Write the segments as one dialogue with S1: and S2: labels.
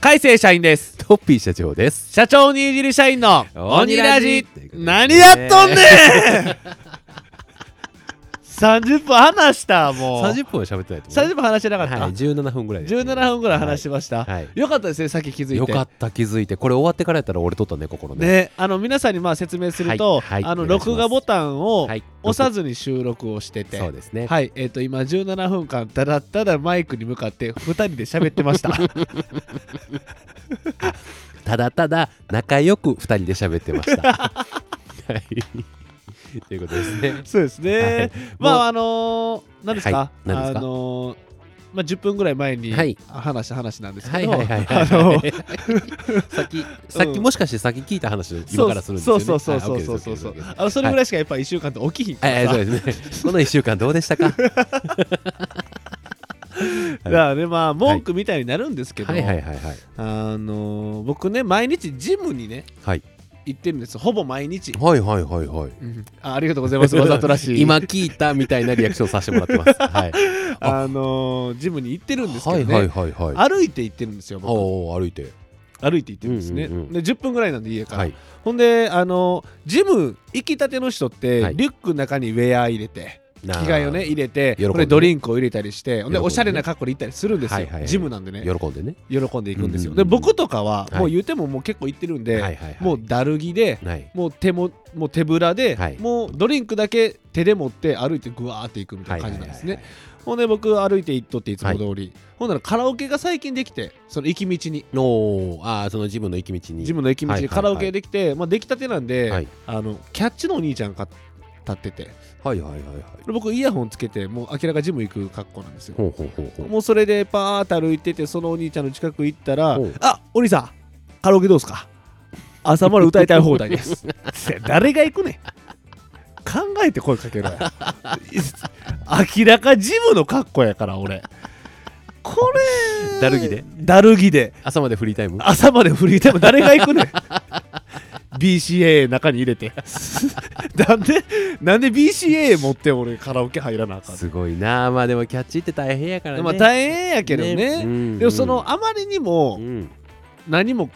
S1: 海星社員です
S2: トッピー社長です。
S1: 社長にいじる社員の鬼ラジ何やっとんねん 30分話したもう
S2: 30分は喋ってないと思う。
S1: 30分話してなかった、
S2: はい、17分ぐらいですね、
S1: 17分ぐらい話しました、
S2: はいはい
S1: よかったですねさっき気づいて
S2: よかった、気づいて。これ終わってからやったら俺撮ったね、ここのね。
S1: ね、あの皆さんにまあ説明すると、
S2: はいはい
S1: あの
S2: お願いします
S1: 録画ボタンを
S2: はい。
S1: 押さずに収録をしてて、
S2: そうですね。
S1: はいえー、と今17分間ただただマイクに向かって2人で喋ってました
S2: ただただ仲良く2人で喋ってました。はい。ということですね。
S1: そうですね、
S2: はい
S1: ま
S2: もう
S1: ああのー、何ですか,、
S2: はい何ですか
S1: あのーまあ、10分ぐらい前に
S2: はい
S1: 話した話なんです
S2: は
S1: け
S2: い
S1: ど、
S2: はいはい
S1: あの
S2: はい。さっき、さっきもしかしてさっき聞いた話を 今からするんです
S1: そ
S2: よ
S1: う
S2: ね。
S1: そうそうそうそうそうそう
S2: はい OK です OK です OK です
S1: あのそれぐらいしかやっぱ1週間って起きひんか
S2: はいは
S1: らさ、
S2: いそうですね。この1週間どうでしたか
S1: だからねまあ文句みたいになるんですけど、
S2: はいはいはいはい。
S1: あのー僕ね毎日ジムにね
S2: はい
S1: 行ってるんですほぼ毎日、
S2: はいはいはいはい。
S1: あありがとうございますわざとらしい
S2: 今聞いたみたいなリアクションさせてもらってます。はい。
S1: あのージムに行ってるんですけど
S2: は
S1: ね、
S2: いはいはいはい。
S1: 歩いて行ってるんですよ僕
S2: おお歩いて。
S1: 歩いて行ってるんですね、
S2: うんうんうん
S1: で10分ぐらいなんで家から、
S2: はい。
S1: ほんであのージム行きたての人って、
S2: はい
S1: リュックの中にウェア入れて
S2: 着
S1: 着替えをね入れて
S2: 喜んでね
S1: これドリンクを入れたりしてほんで
S2: 喜んでね
S1: おしゃれな格好で行ったりするんですよ、
S2: はいはいはい
S1: ジムなんでね
S2: 喜んでね。
S1: 喜んでいくんですよ、
S2: うんうんうん
S1: で僕とかは、
S2: はい
S1: もう言うてももう結構行ってるんで、
S2: はいはいはい。
S1: もうだるぎで、
S2: ない。
S1: もう手ももう手ぶらで、
S2: はい
S1: もうドリンクだけ手で持って歩いてぐわーっていくみたいな感じなんですね、
S2: はいはい
S1: ほんで僕歩いて行っとっていつも通り、ほんならカラオケが最近できてその行き道に
S2: おお、ああ、その自分の行き道に。
S1: 自分の行き道
S2: はいはい
S1: に
S2: はい
S1: カラオケができて、まあ、できたてなんで、
S2: はい
S1: あのキャッチのお兄ちゃんが立ってて
S2: はいはいはいはい。
S1: で僕イヤホンつけてもう明らかジム行く格好なんですよ
S2: ほうほうほうほう。
S1: もうそれでパーッと歩いててそのお兄ちゃんの近く行ったら
S2: おう
S1: 「あお兄さんカラオケどうすか朝まで歌いたい放題 です」って誰が行くねん考えて声かけろや明らかジムの格好やから俺これ
S2: だるぎで
S1: だるぎで
S2: 朝までフリータイム。
S1: 朝までフリータイム誰が行くねん BCA 中に入 れてなんでなんで BCA 持って俺カラオケ入らなあかん
S2: すごいなあ、まあでもキャッチって大変やからね。
S1: まあ大変やけどね
S2: ね
S1: でもその
S2: あ
S1: あまりに
S2: う
S1: も
S2: ん
S1: 何も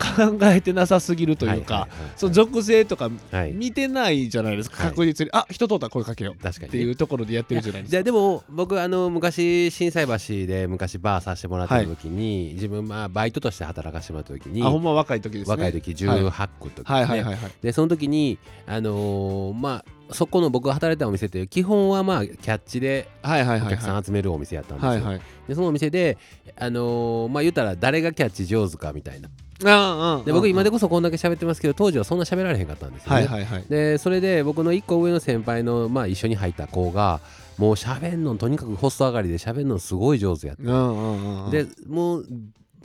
S1: 考えてなさすぎるというか、
S2: はいはいはい
S1: その属性とか
S2: はいはい
S1: 見てないじゃないですか、
S2: はい
S1: 確実にあ人通ったら声かけよう
S2: 確
S1: っ
S2: かに
S1: て
S2: ね。
S1: いうところでやってるじゃないです
S2: じゃあでも僕あの昔心斎橋で昔バーさせてもらった時に、自分まあバイトとして働かせてもらった時に
S1: かあほんま若い時ですね
S2: 若い時18個の時ですね
S1: はいはいはいはい
S2: でその時にあのーまあそこの僕が働いたお店って基本はまあキャッチで
S1: はいはい
S2: お
S1: はい
S2: 客さ
S1: は
S2: ん集めるお店やったんです
S1: い
S2: よ、
S1: はいはい
S2: でそのお店であのーまあ言ったら誰がキャッチ上手かみたいな
S1: ああ
S2: で僕今でこそこんだけ喋ってますけど当時はそんな喋られへんかったんですよね、
S1: はいはいはい
S2: でそれで僕の1個上の先輩の、まあ、一緒に入った子がもう喋んのとにかくホスト上がりで喋んのすごい上手やって、
S1: うんうんうん
S2: でもう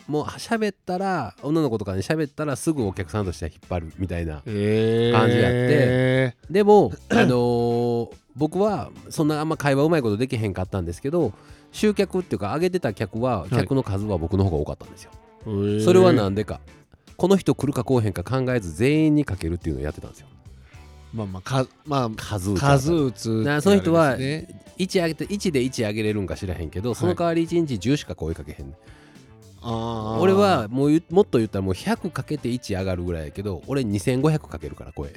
S2: もう喋ったら女の子とかに喋ったらすぐお客さんとして引っ張るみたいな
S1: えー、
S2: 感じやって でもあのー僕はそんなあんま会話うまいことできへんかったんですけど集客っていうか上げてた客は客の数は僕の方が多かったんですよ、それはなんでかこの人来るか来おへんか考えず全員にかけるっていうのをやってたんですよ
S1: まあまあかま
S2: 数
S1: あ
S2: 打ち
S1: 数打つ
S2: なその人は
S1: ってあれですね
S2: 1上げて1で1上げれるんか知らへんけどその代わり1日10しか声かけへん、
S1: あー
S2: 俺はもう言うもっと言ったらもう100かけて1上がるぐらいやけど俺2500かけるか ら声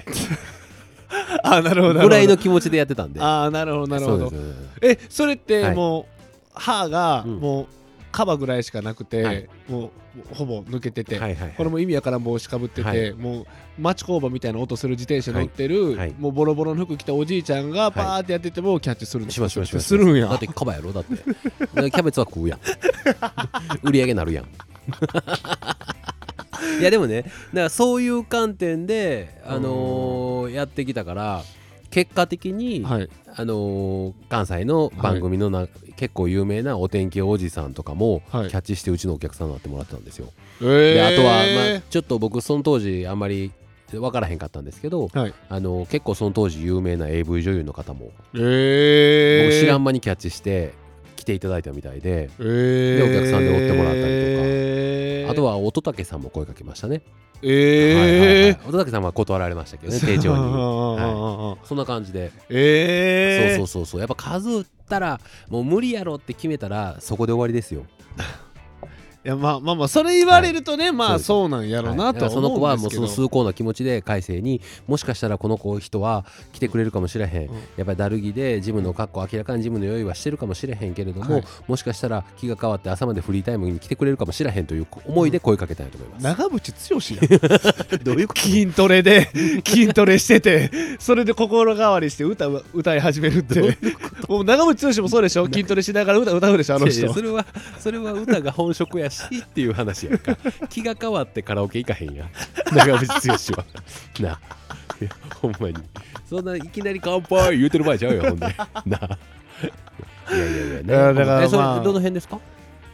S1: あなるほどなるほど
S2: ぐらいの気持ちでやってたん で
S1: ああなるほどなるほど
S2: そうですそうです
S1: えそれって
S2: はい
S1: もう、歯が
S2: うん
S1: もうカバぐらいしかなくて、
S2: はい
S1: もうほぼ抜けてて、
S2: はいはいはい
S1: これも意味やから帽子かぶってて、
S2: はい
S1: もう町工場みたいな音する自転車乗ってる、
S2: いはい
S1: もうボロボロの服着たおじいちゃんがパーってやっててもキャッチするん
S2: しますしますします
S1: するんや
S2: だってカバやろだってだからキャベツは食うやん 売り上げなるやん いやでもねだからそういう観点で、あのーやってきたから結果的に、
S1: はい
S2: あのー関西の番組のな、結構有名なお天気おじさんとかも、
S1: はい
S2: キャッチしてうちのお客さんになってもらってたんですよ。
S1: えー
S2: であとは、まあ、ちょっと僕その当時あんまり分からへんかったんですけど、
S1: はい
S2: あのー結構その当時有名な AV 女優の方も
S1: えー、
S2: 僕知らん間にキャッチして来ていただいたみたいで、
S1: えー、
S2: でお客さんで追ってもらったりとか
S1: り
S2: あとは乙武さんも声かけましたね、はいはいはい
S1: えー
S2: 乙武さんは断られました けどね丁重に
S1: は
S2: そんな感じで、
S1: い、えー、
S2: そうそうそうそうやっぱ数打ったらもう無理やろって決めたらそこで終わりですよ
S1: やまあまあまあそれ言われるとね、まあそうなんやろう
S2: は
S1: ない
S2: だ
S1: と
S2: から
S1: は
S2: その
S1: 思
S2: 子
S1: う
S2: は
S1: んで
S2: も
S1: す
S2: うそ
S1: けど
S2: の崇高な気持ちで改正にもしかしたらこの子人は来てくれるかもしれへん、
S1: うん
S2: やっぱりだるぎでジムの格好明らかにジムの用意はしてるかもしれへんけれども、
S1: はい
S2: もしかしたら気が変わって朝までフリータイムに来てくれるかもしれへんという思いで声かけたいと思います、
S1: 長渕剛 やどういう筋トレで筋トレしててそれで心変わりして歌う歌い始めるってもう長渕剛もそうでしょ筋トレしながら歌歌うでしょあの
S2: いやい
S1: 人
S2: やそれはそれは歌が本職やしっていう話やん か気が変わってカラオケ行かへんやん長渕剛は なあいやほんまにそんないきなり乾杯言うてる場合ちゃうよほ んでなあいやいやいやね
S1: いやだから
S2: えそれ
S1: まあ
S2: どの辺ですか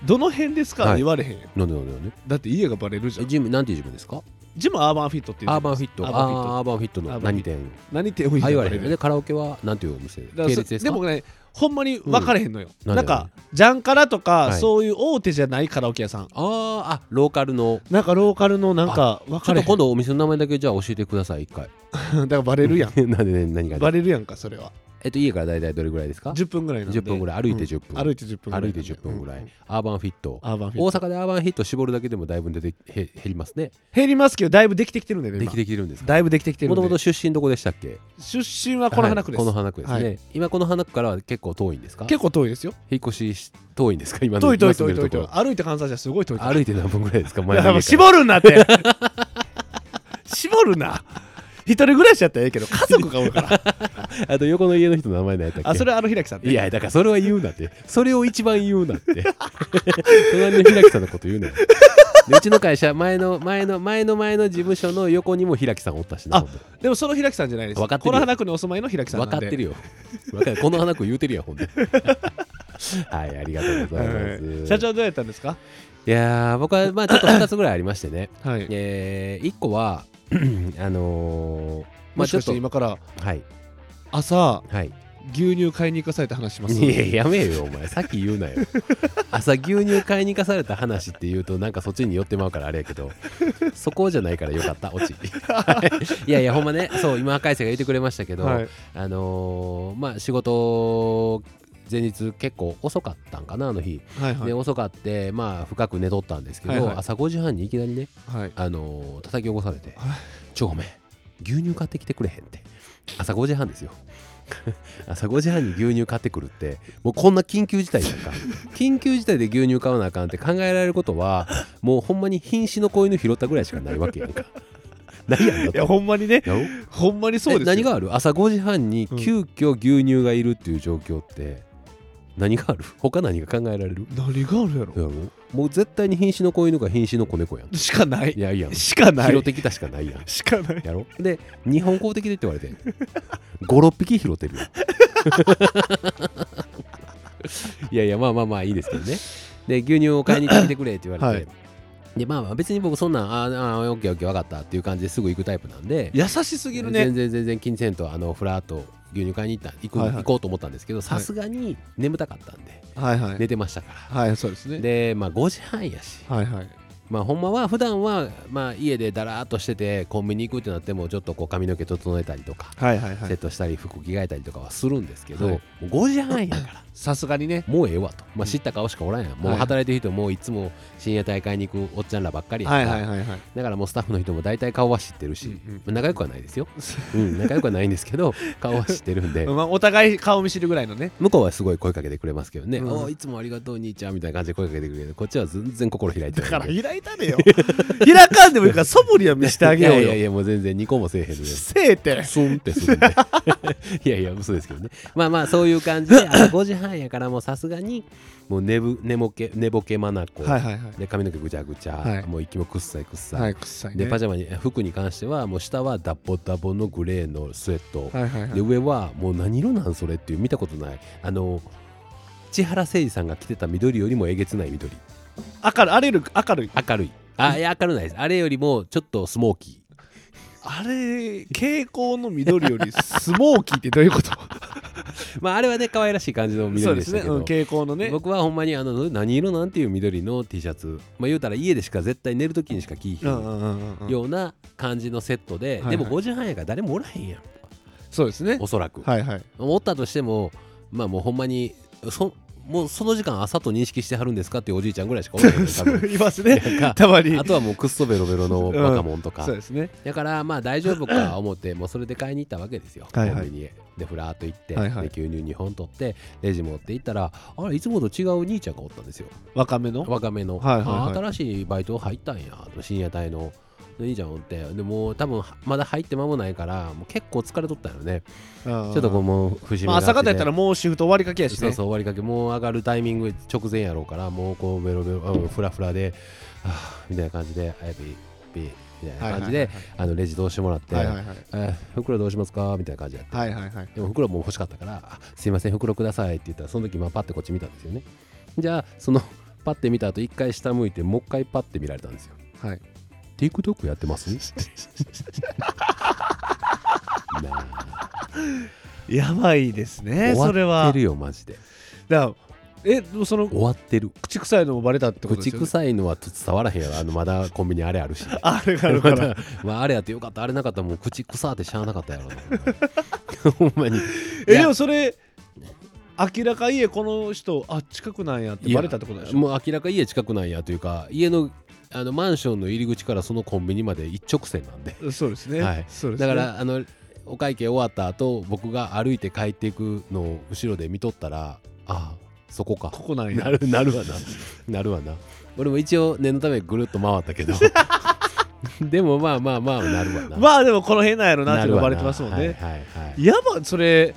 S1: どの辺ですか、
S2: はい
S1: 言われへんよ
S2: なんでなんでなんで
S1: だって家がバレるじゃ
S2: え
S1: ん
S2: ジムなんていうジムですか
S1: ジムはアーバンフィットっていう
S2: アーバンフィット
S1: ア
S2: あ
S1: ー
S2: ー
S1: バンフィット
S2: アーバンフィット
S1: ア
S2: の
S1: ーバンフ
S2: 何
S1: ィット
S2: 店
S1: 何てもいい
S2: あ言わ
S1: バレ
S2: れへん
S1: る
S2: でカラオケはなんていうお店
S1: だから
S2: 系
S1: そ
S2: 列ですか
S1: でもねほんまに分かれへんのよ、
S2: うん
S1: なん
S2: なん
S1: か
S2: で
S1: ジャンカラとか、
S2: はい
S1: そういう大手じゃないカラオケ屋さん
S2: あーあローカルの
S1: なんかローカルのなんか分
S2: ちょ
S1: か
S2: っ
S1: れへ
S2: と
S1: ん
S2: 今度お店の名前だけじゃあ教えてください一回
S1: だからバレるやん
S2: なんでね何が
S1: バレるやんかそれは
S2: えっと、家から大体どれぐらいですか
S1: 10分ぐらいなんで
S2: 10分ぐらい歩いて10分
S1: うん歩いて10分ぐらい
S2: 歩いて10分ぐらい、
S1: うん
S2: アーバンフィット
S1: アーバンフィ
S2: 大
S1: ット
S2: 阪でアーバンフィット絞るだけでもだいぶ出てへ減りますね
S1: 減りますけどだいぶできてきてるんでね
S2: で
S1: 今
S2: きてきてるんですか
S1: だいぶできてきてる
S2: も
S1: ん
S2: と
S1: で
S2: もと出身どこでしたっけ
S1: 出身はこの花区です、
S2: はいこの花区ですね、
S1: は
S2: 今この花区からは結構遠いんですか
S1: 結構遠いですよ
S2: 引っ越しし遠いんですか今の
S1: 遠い遠い遠い
S2: 今
S1: 遠い遠
S2: 住んでる
S1: い
S2: とこ
S1: 歩いて関西じゃすごい遠い
S2: ろ
S1: から
S2: 歩いて何分ぐらいですか
S1: い
S2: 前
S1: やもう
S2: の家から
S1: 絞るなって絞るな一人暮らしやったらええけど家族がおる から
S2: あと横の家の人の名前何やったっけ
S1: あそれはあの平木さんね
S2: いやだからそれは言うなってそれを一番言うなって 隣の平木さんのこと言うなよでうちの会社前の前の前の前の事務所の横にも平木さんおったしな
S1: あ
S2: ほんで
S1: でもその平木さんじゃないです
S2: わかってるよ
S1: この花区にお住まいの平木さんな
S2: 分
S1: んで
S2: かってるよ分かるこの花子言うてるやんほんで はいありがとうございます、
S1: はい社長どうやったんですか
S2: いやー僕はまあちょっと2つぐらいありましてね
S1: はい
S2: えー、1個は あのー、ま
S1: も
S2: あ
S1: し
S2: ち
S1: か
S2: ょっ
S1: し
S2: と
S1: て今から
S2: はい
S1: 朝
S2: はい
S1: 牛乳買いに行かされた話します
S2: いややめよお前さっき言うなよ朝牛乳買いに行かされた話って言うとなんかそっちに寄ってまうからあれやけどそこじゃないからよかったオチ はいいやいやほんまねそう今赤井生が言ってくれましたけど、
S1: はい
S2: あのーまあ仕事前日結構遅かったんかなあの日、
S1: はいはい
S2: で遅かってまあ深く寝とったんですけど、
S1: はいはい
S2: 朝5時半にいきなりね
S1: はい
S2: あのー叩き起こされて
S1: はい
S2: 「ちょごめん牛乳買ってきてくれへん」って朝5時半ですよ 朝5時半に牛乳買ってくるってもうこんな緊急事態なんか緊急事態で牛乳買わなあかんって考えられることはもうほんまに瀕死の子犬拾ったぐらいしかないわけやん か何やんだっ
S1: い
S2: て
S1: やほんまにね
S2: やろ
S1: ほんまにそうですよ
S2: え何がある朝5時半に
S1: うん
S2: 急遽牛乳がいるっていう状況って何がある 他何が考えられる
S1: 何があるや
S2: や
S1: ろ
S2: ろもう絶対に瀕死の子犬か瀕死の子猫やん
S1: しかない
S2: いやいやん
S1: しかな
S2: 拾っ
S1: い
S2: てきたしかないやん
S1: しかない
S2: やろで日本公的でって言われ て56匹拾ってるよ いやいやまあまあまあいいですけどねで牛乳を買いに来てくれって言われて、でまあまあ別に僕そんなんあーあーオッケーオッケー分かったっていう感じですぐ行くタイプなんで
S1: 優しすぎるね
S2: 全然全然金銭とあのフラーと牛乳買いに行った行く、
S1: はいはい
S2: 行こうと思ったんですけどさすがに眠たかったんで、
S1: はいは
S2: 寝てましたから、
S1: はいそうですね
S2: でまあ5時半やし
S1: はいはい
S2: まあほんまは普段はまあ家でだらーっとしててコンビニ行くってなってもちょっとこう髪の毛整えたりとか、
S1: はいはいは
S2: セッ
S1: い
S2: トしたり服着替えたりとかはするんですけど、
S1: はい
S2: もう5時半 やから
S1: さすがにね
S2: もうええわと、まあ、知った顔しかおらんやんもう
S1: はい
S2: 働いてる人もいつも深夜大会に行くおっちゃんらばっかりやんか
S1: はいはいはいはい
S2: だからもうスタッフの人も大体顔は知ってるし、
S1: うん
S2: まあ仲良くはないですよ、うん、仲良くはないんです けど顔は知ってるんで
S1: まあお互い顔見知るぐらいのね
S2: 向こうはすごい声かけてくれますけどね、
S1: うん
S2: おーいつもありがとう兄ちゃんみたいな感じで声かけてくれるけどこっちは全然心開いて
S1: だ
S2: ない
S1: から開いたれよ 開かんでもいいからそぶりは見してあげようよ
S2: いやいやいやもう全然ニコもせえへんので
S1: せえて
S2: スンって するんでいやいや嘘ですけどねまあまあそういう感じ で朝5時半やからもうさすがにもう寝ぶ寝ぼけ寝ぼけまなこ、
S1: はいはいはい
S2: で髪の毛ぐちゃぐちゃ、
S1: はい
S2: もう息もくっさいくっさい、
S1: はいくっさいね
S2: でパジャマに服に関してはもう下はダボダボのグレーのスウェット、
S1: はいはいは
S2: で
S1: い
S2: 上はもう何色なんそれっていう見たことないあの千原誠二さんが着てた緑よりもえげつない緑
S1: 明るいあれる明るい
S2: 明るいあいや明るないですあれよりもちょっとスモーキー
S1: あれ蛍光の緑よりスモーキーってどういうこと
S2: まああれはね可愛らしい感じの
S1: そうで
S2: 緑で
S1: す
S2: した
S1: ね
S2: けど、
S1: うん蛍光のね
S2: 僕はほんまにあの何色なんていう緑の T シャツまあ言うたら家でしか絶対寝る時にしか着いひ
S1: うんうんんうんうん
S2: ような感じのセットで、
S1: はいはい
S2: でも5時半やから誰もおらへんやん
S1: そうですね
S2: おそらく、
S1: はいはい
S2: おったとしてもまあもうほんまにそもうその時間朝と認識してはるんですかっていうおじいちゃんぐらいしかおらない多 分
S1: いますね
S2: なんか
S1: たまに
S2: あとはもうクッソベロベロのバカモンとか、
S1: そうですね
S2: だからまあ大丈夫か思ってもうそれで買いに行ったわけですよ、
S1: はいはい
S2: コンビニへでふらーっと行って、
S1: はいはい
S2: で牛乳2本取ってレジ持って行ったらあれいつもと違う兄ちゃんがおったんですよ
S1: 若めの
S2: 若めの、
S1: はいはいはい
S2: あ新しいバイト入ったんや深夜帯ので兄ちゃんおってでもう多分まだ入って間もないからもう結構疲れとったよね
S1: ちょ
S2: ちょっとこうもう節目
S1: まあ、
S2: があて
S1: 朝方やったらもうシフト終わりかけやし
S2: そう
S1: ね
S2: そう終わりかけもう上がるタイミング直前やろうからもうこうベロベロうんフラフラではあみたいな感じであビービーみたいな感じであのレジどうしてもらって、
S1: はいはいはいはい
S2: えー袋どうしますかみたいな感じでやって、
S1: はいはいはい
S2: でも袋もう欲しかったからあ「すいません袋ください」って言ったらその時まあパッてこっち見たんですよねじゃあそのパッて見た後一回下向いてもう一回パッて見られたんですよ
S1: はい
S2: TikTok やってますなあ
S1: やばいですねそ
S2: 終
S1: れ
S2: わっ
S1: は
S2: てるよマジで
S1: だからえでもその
S2: 終わってる
S1: 口臭いのもバレたってことです
S2: 口
S1: よ、ね、
S2: 臭いのは伝わらへんやろあのまだコンビニあれあるし
S1: あれがあるか
S2: ま
S1: ら
S2: だ まあ、あれやってよかったあれなかったらもう口臭ってしゃあなかったやろなほんまに
S1: え
S2: いや
S1: でもそれ明らかいえこの人あ近くなんやってバレたってことでしょ
S2: もう明らか家近くなんやというか家のあのマンションの入り口からそのコンビニまで一直線なんで
S1: そうですね、
S2: はい
S1: そうです
S2: だ
S1: ね
S2: からあのお会計終わった後僕が歩いて帰っていくのを後ろで見とったらああそこか
S1: ここなんや
S2: なるなるわななるわな俺も一応念のためぐるっと回ったけ どでもまあまあまあなるわな
S1: まあでもこの辺なんやろなっていうの
S2: わ
S1: バレてますもんね、
S2: はいはいはい
S1: やばそれ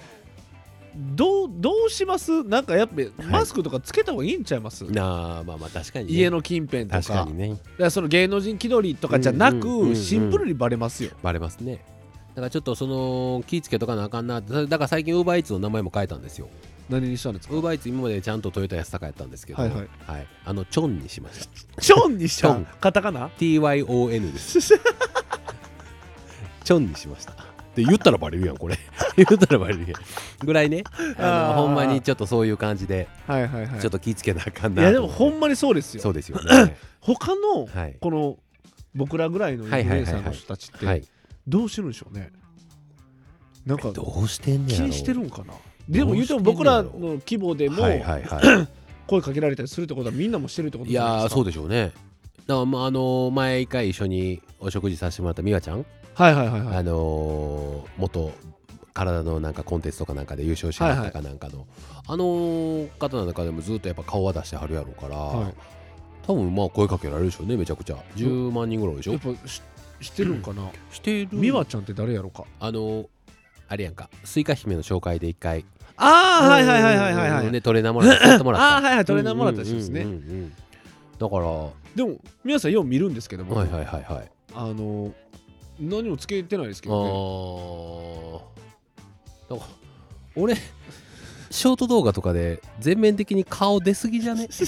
S1: どうどうしますなんかやっぱマスクとかつけた方がいいんちゃいます、
S2: なあまあまあ確かにね、
S1: 家の近辺とか
S2: 確かにね
S1: だからその芸能人気取りとかじゃな
S2: うんうんうんう
S1: く
S2: ん
S1: シンプルにバレますよ、
S2: バレますねだからちょっとその気ぃつけとかなあかんなってだから最近ウーバーイーツの名前も変えたんですよ
S1: 何にしたんですか
S2: ウーバーイーツ今までちゃんとトヨタ安高やったんですけど
S1: はいはい
S2: あのチョンにしました
S1: チョンにし
S2: チ
S1: た
S2: ョン
S1: カタカナ
S2: TYON です チョンにしましたで言ったらバレるやん これ言ったらバレるやんぐらいね
S1: あ
S2: あ
S1: ー
S2: のほんまにちょっとそういう感じで
S1: はいはいは
S2: ちょっと気ぃつけなあかん
S1: い
S2: な
S1: やでも
S2: と
S1: ほ
S2: 思
S1: んまにそうです
S2: って
S1: よ
S2: そうですよね
S1: 他の
S2: はい
S1: この僕らぐらいのインフルエンサーの人たちっ
S2: は
S1: て
S2: い
S1: どうしてるんでしょうねなんか
S2: どうしてんね
S1: 気
S2: やろ
S1: にしてるんかなでも言うても僕らの規模でも
S2: はいはいはい
S1: 声かけられたりするってことはみんなもしてるってこと
S2: い
S1: じゃない
S2: や
S1: です
S2: ー
S1: か
S2: そうでしょうねだからまああのー前一回一緒にお食事させてもらった美和ちゃん、
S1: はいはいはいは
S2: あ
S1: い
S2: のー元体のなんかコンテストかなんかで優勝しはったかなんかの、あのー方の中でもずっとやっぱ顔は出してはるやろうから、
S1: はい
S2: 多分まあ声かけられるでしょうねめちゃくちゃ10万人ぐらいでしょ、
S1: やっぱししてるんかな
S2: してる
S1: 美和ちゃんって誰やろうか
S2: あのーあれやんかスイカ姫の紹介で一回
S1: ああはいはいはいはいはいはい
S2: ねトレーナーもらったもらった
S1: あーはいはいトレーナーもらった人ですね
S2: うんうんうんうんだからは
S1: でも皆さんよう見るんですけど
S2: い
S1: も、
S2: はいはいはい
S1: あの何もつけてないですけどね
S2: ああだから俺ショート動画とかで全面的に顔出すぎじゃね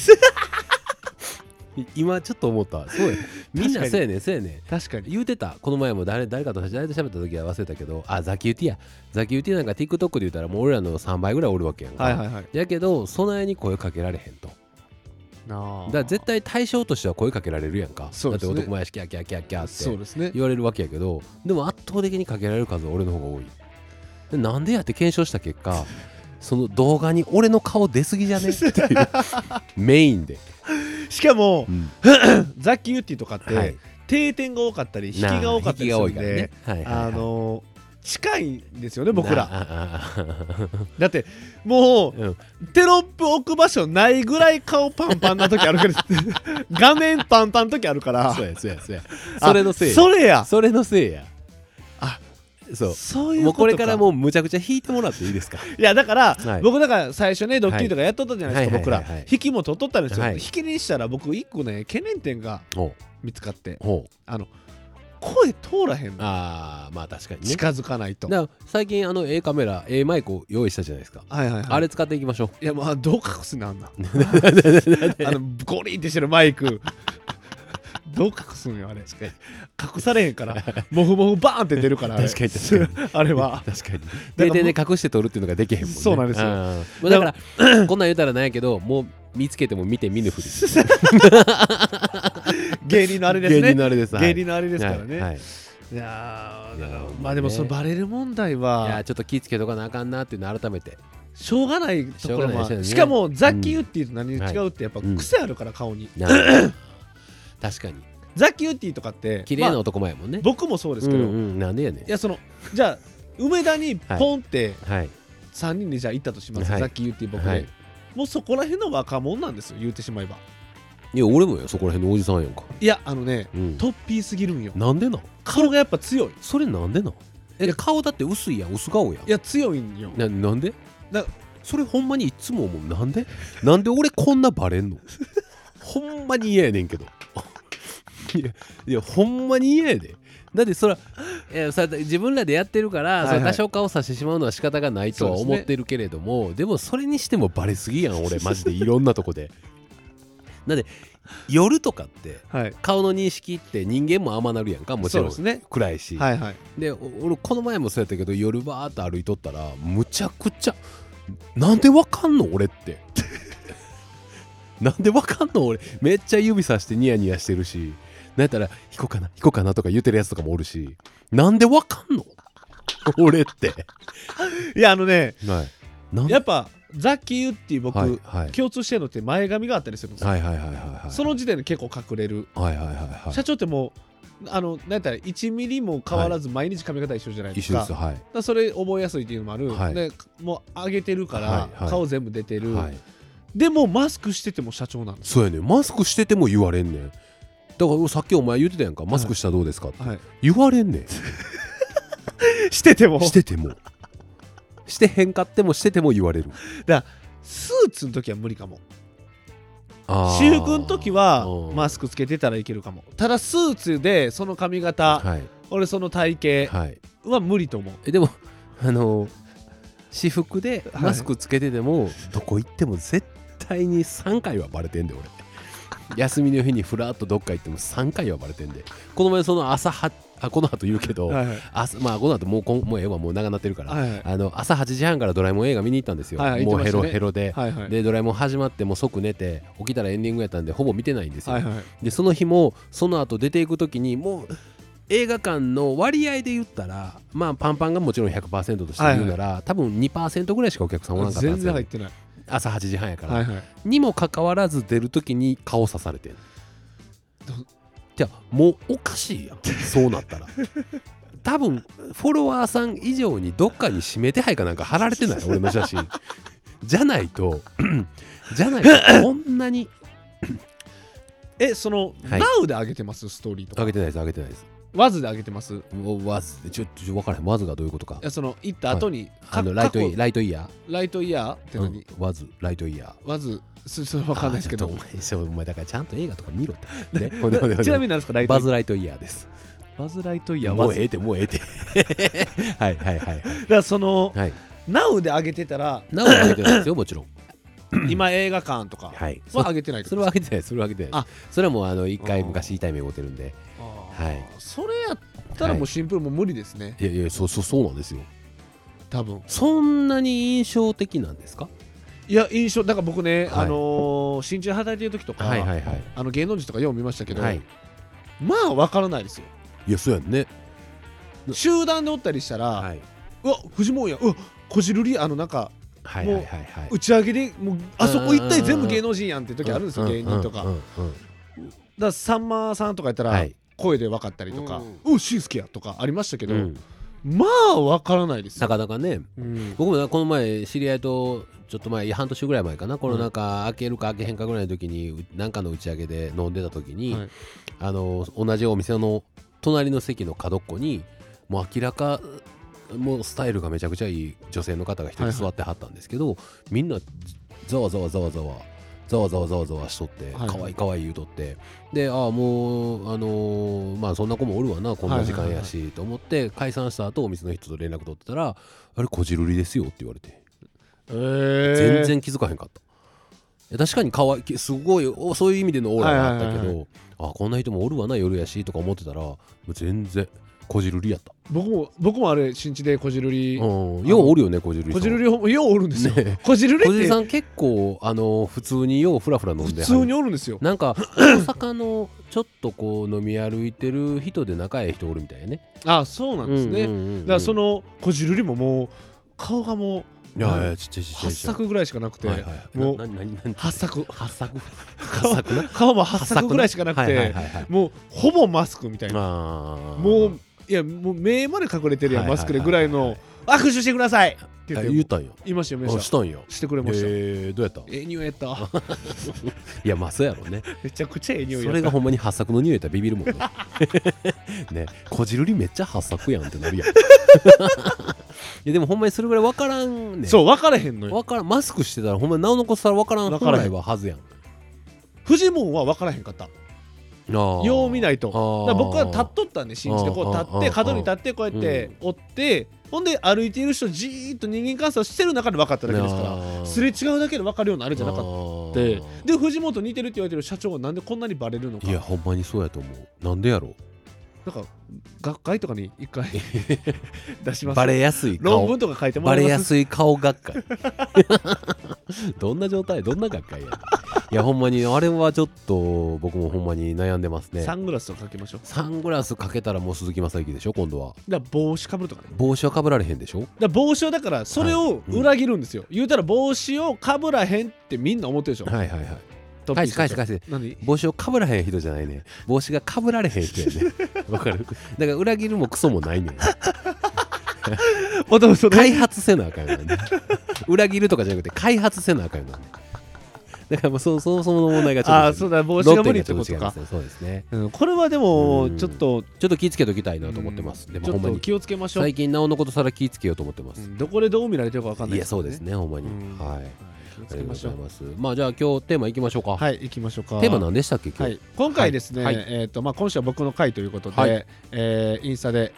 S2: 今ちょっと思った そうやみん
S1: 確か
S2: な
S1: に
S2: そうやねんそうやねん
S1: 確かに
S2: 言うてたこの前も誰誰かと誰と喋った時は忘れたけどあザキユティやザキユティなんか TikTok で言ったらもう俺らの3倍ぐらいおるわけやんか、
S1: はいはいはい
S2: やけど備えに声かけられへんと
S1: な
S2: だから絶対対象としては声かけられるやんか
S1: そうですね
S2: だって男前やしキャーキャーキャーキャーって
S1: そうですね
S2: 言われるわけやけどでも圧倒的にかけられる数は俺の方が多いでなんでやって検証した結 果その動画に俺の顔出すぎじゃねっていうメインで、
S1: しかも
S2: うん
S1: ザッキー・ユッティとかって、
S2: はい
S1: 定点が多かったり引きが多かったり
S2: な
S1: するん
S2: あ引きが多いからね
S1: で、
S2: はいはいはい
S1: あの近いんですよね僕ら
S2: なああああ
S1: だっても
S2: うん
S1: うテロップ置く場所ないぐらい顔パンパンな時あるから 画面パンパンの時あるから
S2: そうやそうやそうやそれのせいや
S1: それや
S2: それのせいや
S1: あ
S2: そう
S1: そういう
S2: も
S1: こ
S2: う
S1: と
S2: これから
S1: う
S2: もうむちゃくちゃ引いてもらっていいですか
S1: いやだから、
S2: はい
S1: 僕だから最初ねドッキリとかやっとったじゃないですか、
S2: はい
S1: 僕ら、
S2: はいはいはいはい
S1: 引きも取っとったんですよ、
S2: はい
S1: 引きにしたら僕一個ね懸念点が
S2: ほ
S1: 見つかって
S2: うほう
S1: あの声通らへんの
S2: ああまあ確かにね
S1: 近づかないと
S2: だから最近あの A カメラ A マイクを用意したじゃないですか、
S1: はいはいはい
S2: あれ使っていきましょう
S1: いやまあどう隠すねあんなんあ のゴリンってしてるマイク どう隠すんよあれ隠されへんからモフモフバーンって出るからあれ
S2: 確かに確
S1: あれは
S2: 確かに
S1: ら
S2: 定点で隠して撮るっていうのができへんもんね
S1: そうなんですよ
S2: よだから こんなん言うたらなんやけどもう見つけても見て見ぬふり
S1: 芸人のあれです
S2: 芸人
S1: ね
S2: のあれです
S1: 芸人のあれですから
S2: はいはい
S1: ね
S2: はい
S1: いやーだか
S2: いや
S1: ら
S2: ー
S1: まあでも
S2: ね
S1: そのバレる問題
S2: いや
S1: は
S2: ちょっと気ぃつけとかなあかんなっていうの改めて
S1: しょうがないところもあ
S2: しょうがないですよ
S1: る
S2: ね
S1: しかもザッキユッティと何
S2: うん
S1: が違うってやっぱ
S2: はい
S1: 癖あるから顔に
S2: なるほど 確かに
S1: ザッキユッティとかって
S2: 綺麗
S1: ま
S2: な
S1: あ
S2: 男前やもんね、
S1: 僕もそうですけ
S2: う
S1: ど
S2: ん
S1: い
S2: うんなんでやね
S1: やそのじゃあ梅田にポンって
S2: んはい
S1: 3人でじゃあ行ったとしますザ
S2: はい
S1: ッキユッティ僕
S2: はい
S1: でもうそこら辺の若者なんですよ言うてしまえば
S2: いや俺もよそこら辺のおじさんやんか、
S1: いやあのね
S2: うん、
S1: トッピーすぎるんよ
S2: なんでなん
S1: 顔がやっぱ強い
S2: それなんでなん
S1: い
S2: え
S1: や
S2: 顔だって薄いやん薄顔やん
S1: いや強いんよ
S2: ななんで
S1: な
S2: それほんまにいつも思うなんでなんで俺こんなバレんのほんまに嫌やねんけど いやいやほんまに嫌やでだってそらいやそら自分らでやってるから、
S1: はいはい
S2: そら多少顔さしてしまうのは仕方がないと
S1: そう
S2: は
S1: ですね
S2: 思ってるけれどもで,、もそれにしてもバレすぎやん 俺マジでいろんなとこでだって夜とかって
S1: はい
S2: 顔の認識って人間も甘なるやんかもち
S1: そう
S2: ろ
S1: で
S2: ん
S1: すね
S2: 暗いし、
S1: はいはい
S2: でお俺この前もそうやったけど夜バーっと歩いとったらむちゃくちゃなんでわかんの俺って なんでわかんの俺めっちゃ指さしてニヤニヤしてるしなんやったら「引こうかな引こうかな」とか言ってるやつとかもおるしなんでわかんの 俺って、
S1: いやあのね
S2: はい、なん
S1: やっぱザッキーユッティ
S2: はい
S1: 僕
S2: はい
S1: 共通してるのって前髪があったりするんですよ
S2: はいはいはいはいはい
S1: その時点で結構隠れる
S2: はいはいはいはい
S1: 社長ってもうあのなんやったら1ミリも変わらず毎日髪型一緒じゃないで
S2: 一
S1: す
S2: 緒
S1: か,、
S2: ですは
S1: だ
S2: い
S1: からそれ覚えやすいっていうのもある、
S2: はい
S1: でもう上げてるか
S2: は
S1: ら
S2: いはい
S1: 顔全部出てる、
S2: はい
S1: でもマスクしてても社長なんです、
S2: そうやねんマスクしてても言われんねんだから俺さっきお前言ってたやんかマスクしたらどうですかって
S1: はい、
S2: 言われんねん
S1: してても
S2: しててもしてへんかってもしてても言われる
S1: スーツの時は無理かも
S2: あー
S1: 私服の時は
S2: うん
S1: マスクつけてたらいけるかもただスーツでその髪型、
S2: はい
S1: 俺その体型
S2: はい
S1: は無理と思う
S2: えでもあのー私服で
S1: はい
S2: マスクつけてても、どこ行っても絶対に3回はバレてんで俺 休みの日にふらっとどっか行っても3回はバレてんでこの前その朝はあこの後言うけど、
S1: はいはい
S2: 朝まあこの後もうこんもうええわもう長なってるから、
S1: はいはい
S2: あの朝8時半からドラえもん映画見に行ったんですよ、
S1: はいはい
S2: もう
S1: 言っ
S2: ヘ
S1: てま
S2: ロ
S1: したね
S2: ヘロで、
S1: はいはい
S2: でドラえもん始まってもう即寝て起きたらエンディングやったんでほぼ見てないんですよ、
S1: はいはい
S2: でその日もその後出ていく時にもう映画館の割合で言ったらまあパンパンがもちろん100%として言うなら、多分2%ぐらいしかお客さんおらんかった
S1: 全
S2: んですよ
S1: 然入ってない
S2: 朝8時半やから、
S1: はいはい
S2: にもかかわらず出る時に顔刺されてん
S1: ど
S2: じゃあもうおかしいやんそうな ったら多分フォロワーさん以上にどっかに指名手配かなんか貼られてない俺の写真じゃないと じゃないとこんなに
S1: えその、ナ
S2: はい
S1: ウで上げてますストーリーと
S2: 上
S1: か
S2: げてないです上げてないです
S1: ワズで上げてますい
S2: わずちょっと分からへんわずがどういうことか
S1: やその行った後に、か
S2: あのライトイ
S1: 過
S2: ライトイヤ
S1: 去ライトイヤーって
S2: ー、うん
S1: 何、、
S2: わずライトイヤー
S1: わずそそれわかんないですけ
S2: あ
S1: ど
S2: ーちょっとお前そうお前だからちゃんと映画とか見ろっ て、ね、ほんでほ んでほんで
S1: ちなみになんですかライトイ
S2: バ
S1: ヤー
S2: ズライトイヤーです
S1: バズライトイ
S2: い
S1: ヤ
S2: や
S1: ー
S2: も
S1: わ
S2: う
S1: ず
S2: ええてもうええてはいはいはい
S1: だからその
S2: はい
S1: ナウで上げてたら
S2: なお上げてないですよもちろん
S1: 今映画館とか
S2: はい
S1: は
S2: そ
S1: 上げてないって
S2: そ
S1: こと
S2: れは上げてないそれは上げてない
S1: あ
S2: それはもうあの一回昔痛い目を負ってるんで
S1: あ
S2: は
S1: ー
S2: い
S1: それやったらもうシンプルもう無理ですね
S2: いやいやそうそうそうなんですよ
S1: 多分
S2: そんなに印象的なんですか
S1: いや印象だから僕ね、
S2: は
S1: あ
S2: い
S1: のー新中働いてる時とか、
S2: はいはいはい
S1: あの芸能人とかよう見ましたけど、
S2: はい
S1: まあわからないですよ
S2: いやそうやんね
S1: 集団でおったりしたら、
S2: はい、
S1: うわフジモンやうわこじるりあのなんか
S2: はいはいはいはい
S1: 打ち上げでもうあそこ一体全部芸能人やんって時あるんですよ
S2: う
S1: 芸人とかだ
S2: う
S1: か
S2: んうん
S1: らさんまさんとかやった
S2: は
S1: ら
S2: い
S1: 声で分かったりとか「うしんすけや」とかありましたけ
S2: う
S1: ど
S2: ん
S1: まあ分からないです
S2: な
S1: よ
S2: かなかね
S1: うん
S2: 僕もなこの前知り合いとちょっと前半年ぐらい前かなコロナ禍開けるか開けへんかぐらいの時にうなんかの打ち上げで飲んでた時に、
S1: はい
S2: あの同じお店の隣の席の角っこにもう明らかもうスタイルがめちゃくちゃいい女性の方が一人座ってはったんですけど、みんなざわざわざわざわざわざわざわざわしとって、
S1: はい
S2: かわいいかわいい言うとってでああもうあのーまあそんな子もおるわなこんな時間やしと思って解散した後お店の人と連絡取ってたら「あれこじるりですよ」って言われて
S1: えー
S2: 全然気づかへんかった。いや確かに可愛いすごいおそういう意味でのオーラがあったけど、
S1: はいはいはい
S2: あこんな人もおるわな夜やしとか思ってたらもう全然こじるりやった、
S1: 僕も僕もあれ新地でこじるり
S2: うん、ようおるよねこじるり
S1: こ
S2: さん
S1: じるりほんまようおるんですよ
S2: ね
S1: こじる
S2: こじ
S1: り
S2: るり
S1: って
S2: さん結構あの普通にようふらふら飲ん
S1: 普
S2: ではる
S1: 通におるんですよ
S2: なんか 大阪のちょっとこう飲み歩いてる人で仲ええ人おるみたいやね
S1: あそうなんですね
S2: うんうんうんうん
S1: だからそのこじるりももう顔がもう
S2: いやいやちっちゃいちっち
S1: 8
S2: ゃいちっちゃい
S1: 作ぐらいしかなくて、
S2: はいはい
S1: もう
S2: なななな
S1: 8作
S2: 八作
S1: 顔
S2: 作な
S1: 顔も8作ぐらいしかなく
S2: はいはい
S1: て
S2: はいはい
S1: もうほぼマスクみたいな
S2: あー
S1: もういやもう目まで隠れてるやん
S2: はい
S1: マ
S2: はいは
S1: ス
S2: い
S1: クでぐらいの握手してくださいって
S2: あ
S1: 言
S2: 言
S1: っ
S2: ってたんよ
S1: 言いましたよ言い
S2: あ
S1: ま
S2: し
S1: した
S2: んよ
S1: たしてくれました
S2: えーどうやったん
S1: ええ匂いやった
S2: いやまあそうやろうね
S1: めちゃくちゃええ匂い
S2: そ
S1: やった
S2: れがほんまに八作の匂いやったらビビる もんねねこじるりめっちゃ八作やんってなるやんいやでもほんまにそれぐらい分からんね
S1: そう分からへんのよ
S2: 分からんマスクしてたらほんまになおのこさら分からん
S1: 分か
S2: 本
S1: らへん
S2: 来ははずやん
S1: フジモンは分からへんかったよ
S2: よ
S1: う見ないとだから僕は立っとったんで信じてこう立
S2: あー
S1: って角に立ってこうやって追って、ほんで歩いている人じーっと人間観察してる中で分かっただけですから
S2: ら
S1: すれ違うだけで分かるようなあれじゃなかったで
S2: た
S1: で藤本似てるって言われてる社長がなんでこんなにバレるのか
S2: いやほんまにそうやと思うなんでやろ
S1: なんか学会とかに一回 出し
S2: う
S1: ます
S2: バレやすい
S1: 論
S2: 顔
S1: 文とか書いても
S2: バ
S1: ら
S2: レ
S1: い
S2: や
S1: ます
S2: すい顔学会 どんな状態どんな学会やいやほんまにあれはちょっと僕もほんまに悩んでますね
S1: サングラスとかかけましょう
S2: サングラスかけたらもう鈴木雅之でしょ今度は
S1: だから帽子かぶるとかね
S2: 帽子はかぶられへんでしょ
S1: だから帽子をだからそれを裏切るんですよ、言うたら帽子をかぶらへんってみんな思ってるでしょ、
S2: はいはいはい
S1: ト
S2: 返
S1: ッピ
S2: し
S1: ー
S2: 返
S1: 社
S2: し
S1: 長
S2: 返し
S1: 何
S2: 帽子をかぶらへん人じゃないね帽子がかぶられへん人 やねわかるだから裏切るもクソもないねん
S1: また嘘だ
S2: 開発せなあかんよね裏切るとかじゃなくて開発せなあかんよねだからもうそそもそもの問題がちょっと
S1: ああそうだ帽子が無理ってこと
S2: 論点が
S1: か
S2: ちょっと違いますねそうですね
S1: うんこれはでも
S2: うん
S1: ちょっと
S2: ちょっと気ぃつけときたいなと思ってます
S1: うん
S2: でも
S1: ち
S2: ほ
S1: ょ
S2: ん
S1: っ
S2: ま
S1: と
S2: に
S1: 気をつけましょう
S2: 最近なおのことさら気ぃつけようと思ってま
S1: う
S2: す
S1: んどこでどう見られてるかわかんない
S2: いやそうです
S1: ね
S2: ねほんまに
S1: うん
S2: はい
S1: はい気を
S2: あ
S1: つけま
S2: りがと
S1: しょう
S2: うございますまあじゃあ今日テーマいきましょうか
S1: はい行きましょうか
S2: テーマ何でしたっけ今日
S1: はい、今回ですね、
S2: はい
S1: えーとまあ、今週は僕の回ということで、
S2: はい
S1: えーインスタで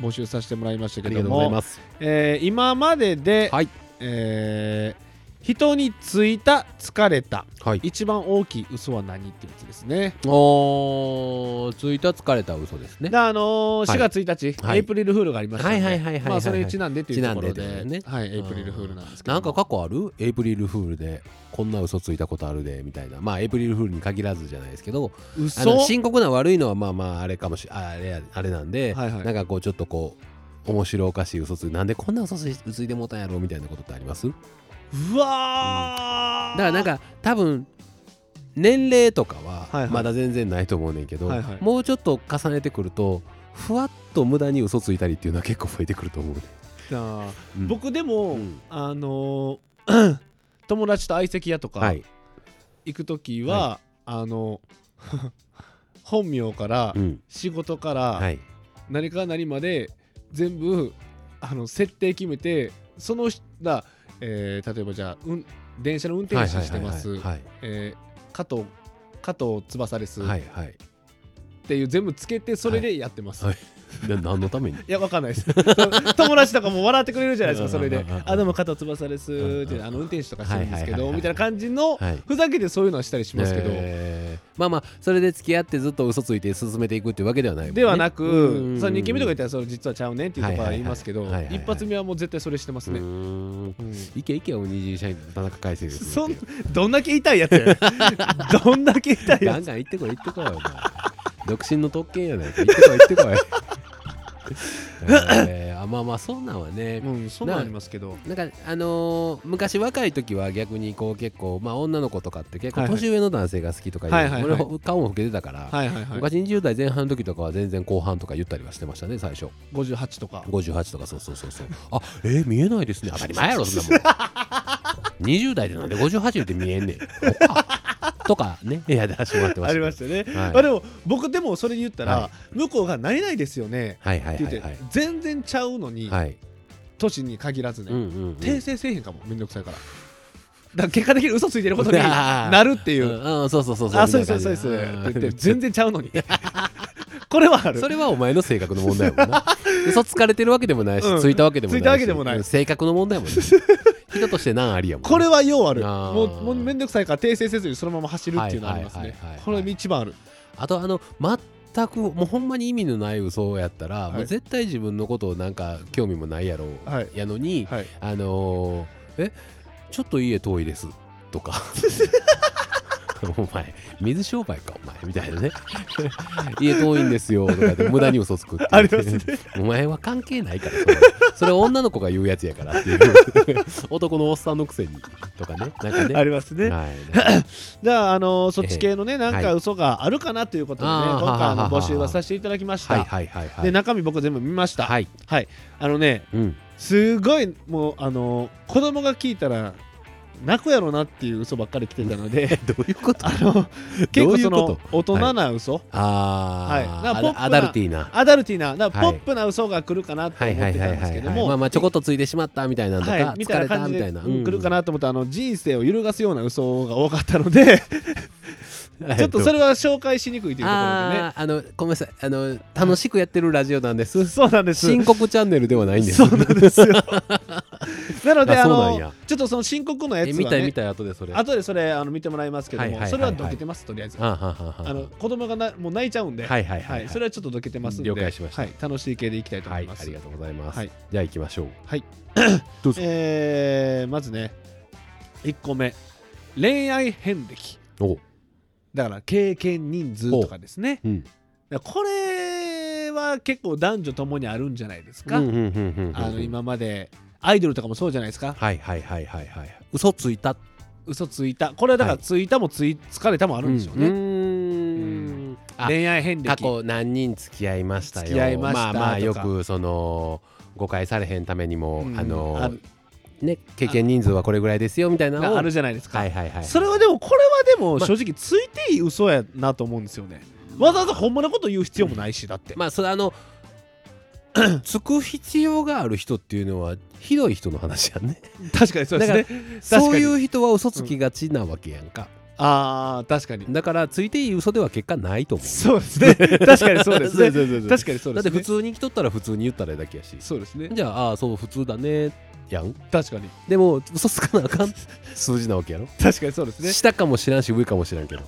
S1: 募集させてもらいました
S2: あ
S1: け
S2: りが
S1: ど
S2: とうござい
S1: も、
S2: ます
S1: えー今までで、
S2: はい
S1: えー人についた疲れた
S2: はい
S1: 一番大きい嘘は何ってやつですね。
S2: おーついた疲れた嘘ですね
S1: であのー
S2: はい
S1: 4月1日、
S2: はい
S1: エイプリルフールがありましたので
S2: はいはいはいはいはい
S1: まあそれにちなんでというところで
S2: ちなんでってこと
S1: はい、エイプリルフールなんですけど
S2: な
S1: も
S2: んか過去あるエイプリルフールでこんな嘘ついたことあるでみたいなまあエイプリルフールに限らずじゃないですけどあの
S1: 嘘
S2: 深刻な悪いのはまあまああれかもしああれやあれなんで、
S1: はいはい
S2: なんかこうちょっとこう面白おかしい嘘ついなんでこんな嘘ついついてもうたんやろみたいなことってありますだ
S1: うわー、
S2: からなんか多分年齢とか
S1: はいは
S2: はいまだ全然ないと思うねんけど、
S1: はいはい
S2: もうちょっと重ねてくるとふわっと無駄に嘘ついたりっていうのは結構増えてくると思うね、
S1: なあ
S2: うん
S1: 僕でも、
S2: うん
S1: あのー 友達と相席屋とか、
S2: はい、
S1: 行く時は、あの 本名から
S2: うん
S1: 仕事から、
S2: はい、
S1: 何から何まで全部あの設定決めてその人が、えー例えばじゃあ、うん、電車の運転手してます
S2: はい
S1: えー加藤加藤翼です、
S2: はいはいはいはい
S1: っていう全部つけてそれでやってます。
S2: はい
S1: い
S2: で何のために
S1: やわかんないです 友達とかも笑ってくれるじゃないですかそれ
S2: うん
S1: で
S2: うんうんうん
S1: 「あどうも加藤翼です」って
S2: うん
S1: あの運転手とかしてるんですけ
S2: はいはいはい
S1: ど
S2: はい
S1: みたいな感じの
S2: はい
S1: ふざけてそういうのはしたりしますけど、
S2: えーまあまあそれで付き合ってずっと嘘ついて進めていくっていうわけではないもんね
S1: ではな
S2: うんうんう
S1: く、
S2: ん
S1: その2期目とか言ったらその実はちゃうねんっていうとこは言いますけど
S2: はいはいはいはいはい
S1: 一発目はもう絶対それしてます
S2: う
S1: ね、
S2: ーん
S1: うん
S2: いけいけおにじい社員田中海星です
S1: そんどんだけ痛いやつ やどんだけ痛い
S2: ガ
S1: や
S2: ン
S1: つ
S2: ガン行ってこい行ってこいお前独身の特権やないか行ってこい行ってこいえーあまあまあそんなんはね
S1: うんそんなんありますけど
S2: なんかあのー昔若い時は逆にこう結構まあ女の子とかって結構
S1: はいはい
S2: 年上の男性が好きとか
S1: はいはいはい
S2: 俺ほ顔も老けてたから、
S1: はいはいはい
S2: 昔20代前半の時とかは全然後半とか言ったりはしてましたね最初
S1: 58とか
S2: 58とかそうそうそうそうあえー、見えないですね当たり前 やろそんなもん20代でなんで58言って見 えんねんほかとかねいや出してもらってま
S1: あ
S2: した
S1: りましたね、
S2: はい
S1: まあでも僕でもそれに言ったら、
S2: は
S1: 向こうが「何々ですよね」
S2: はいはい
S1: っ
S2: は
S1: て言っ
S2: い
S1: て、
S2: はい
S1: 全然ちゃうのに、
S2: はい
S1: 都市に限らずね、
S2: うんうんうん
S1: 訂正せえへんかもめんどくさいからだから結果的に嘘ついてる ことに
S2: うわー
S1: なるっていううん
S2: うんそうそうそう
S1: あ、そうです、
S2: み
S1: そ
S2: た
S1: う
S2: い
S1: で
S2: な
S1: す。って言っ
S2: 感じ
S1: て、 全 然ちゃうのに。これはある。
S2: それはお前の性格の問題やもん な嘘つかれてるわけでもないし、
S1: うん
S2: ついたわけでもない
S1: つ
S2: し
S1: いたわけでもない
S2: うん性格の問題や もんね人として難ありやもんね
S1: これはようある。
S2: あー
S1: もう、もうめんどくさいから訂正せずにそのまま走るっていうのはあります
S2: はい
S1: ね
S2: はいはいはい。
S1: これ一番ある。
S2: あとあの全くもうほんまに意味のない嘘やったら、
S1: い
S2: もう絶対自分のことをなんか興味もないやろう、
S1: はい
S2: やのに、
S1: はい。
S2: あのーえちょっと家遠いです」とか お前水商売かお前みたいなね 家遠いんですよとかって無駄に嘘つくっていう
S1: ありますね
S2: お前は関係ないからそれそれ女の子が言うやつやからっていう 男のおっさんのくせにとかねなんかね
S1: ありますね。
S2: はいなんか
S1: じゃあ、あのそっち系のね、なん
S2: は
S1: か
S2: い
S1: 嘘があるかなということでね、
S2: あ
S1: 今
S2: ー
S1: 回あ
S2: ははは
S1: の
S2: は
S1: 募集はさせていただきまし
S2: は
S1: た。
S2: いはいはいはい
S1: で、中身僕全部見ました。
S2: はい
S1: はい。あのね、
S2: うん
S1: すごいもうあの子供が聞いたら泣くやろなっていう嘘ばっかり来てたので
S2: どういうこと
S1: あの結構そ
S2: どうい
S1: の
S2: うこ
S1: 大人な嘘、
S2: あ
S1: はい
S2: ー
S1: なんかポップ
S2: あ
S1: な
S2: アダルティーな
S1: アダルティーなだから
S2: はい
S1: ポップな嘘が来るかなと
S2: はい
S1: 思っ
S2: はい
S1: て
S2: は
S1: た
S2: い
S1: んで
S2: は
S1: すけ
S2: い
S1: ど
S2: まあ
S1: も
S2: まあちょこっとついてしまったみたいなんとか
S1: はい、み
S2: 疲
S1: たい
S2: れ
S1: な
S2: た
S1: 感じ
S2: みた
S1: で
S2: いな
S1: うん来るかなと思ったあの人生を揺るがすような嘘が多かったの でちょっとそ
S2: れ
S1: れは紹介しにくいというところでね
S2: あーあのごめんなさいあの楽しくやってるラジオなんです
S1: そそうなんです
S2: 深刻チャンネルではないんです
S1: そうなんですよなので
S2: あ
S1: あ
S2: そうなんや
S1: のちょっとその申告のやつ
S2: え
S1: は、ね、
S2: 見たい見たい後でそれ
S1: 後でそれあの見てもらいますけど
S2: はいはい
S1: も
S2: はい
S1: それはどけてますとりあえず
S2: あはははは
S1: あの子供がなもう泣いちゃうんで、
S2: はいはいはいはい
S1: それはちょっとどけてますんで、
S2: 了解しました
S1: はい、楽しい系でいきたいと思
S2: はいい
S1: ま
S2: あ
S1: す。
S2: りがとうございます、
S1: はい
S2: じゃあ行きましょう
S1: はい、
S2: どうぞ
S1: えーまずね、1個目、恋愛遍歴。
S2: お
S1: だから経験人数とかですね。
S2: うん
S1: だからこれは結構男女ともにあるんじゃないですか。
S2: うんうんうんうんうん
S1: あの今までアイドルとかもそうじゃないですか。
S2: はいはいはいはいはい嘘ついたあ
S1: 嘘ついた。これはだから
S2: はい
S1: ついたもつい疲れたもあるんでしょうね。
S2: んあ
S1: 恋愛遍歴。
S2: 過去何人付き合いましたよ
S1: 付き合いました
S2: あまあ
S1: と
S2: よ
S1: か
S2: くその誤解されへんためにも、
S1: うん
S2: あの
S1: ある
S2: ね経験人数はこれぐらいですよみたいなのを
S1: があるじゃないですか。
S2: はいはいはい
S1: それはでもこれはでも
S2: ま
S1: 正直ついていい嘘やなと思うんですよね、わざわざほんまのこと言う必要もないしだ って、
S2: まあそれ あのつく必要がある人っていうのはひどい人の話やね
S1: 確かにそうですねかに
S2: そういう人は嘘つきがちなわけやんか、
S1: ああ確かに
S2: だからついていい嘘では結果ないと思う
S1: そうですね 確かにそうですね
S2: そうそうそうそう
S1: 確かにそう
S2: だ
S1: です
S2: って
S1: ね
S2: 普通に生きとったら普通に言ったらだ けやし
S1: そうですね
S2: じゃああーそう普通だねやん
S1: 確かに
S2: でも嘘つかなあかん数字なわけやろ
S1: 確かにそうですね
S2: 下かもしらんし上かもしらんけど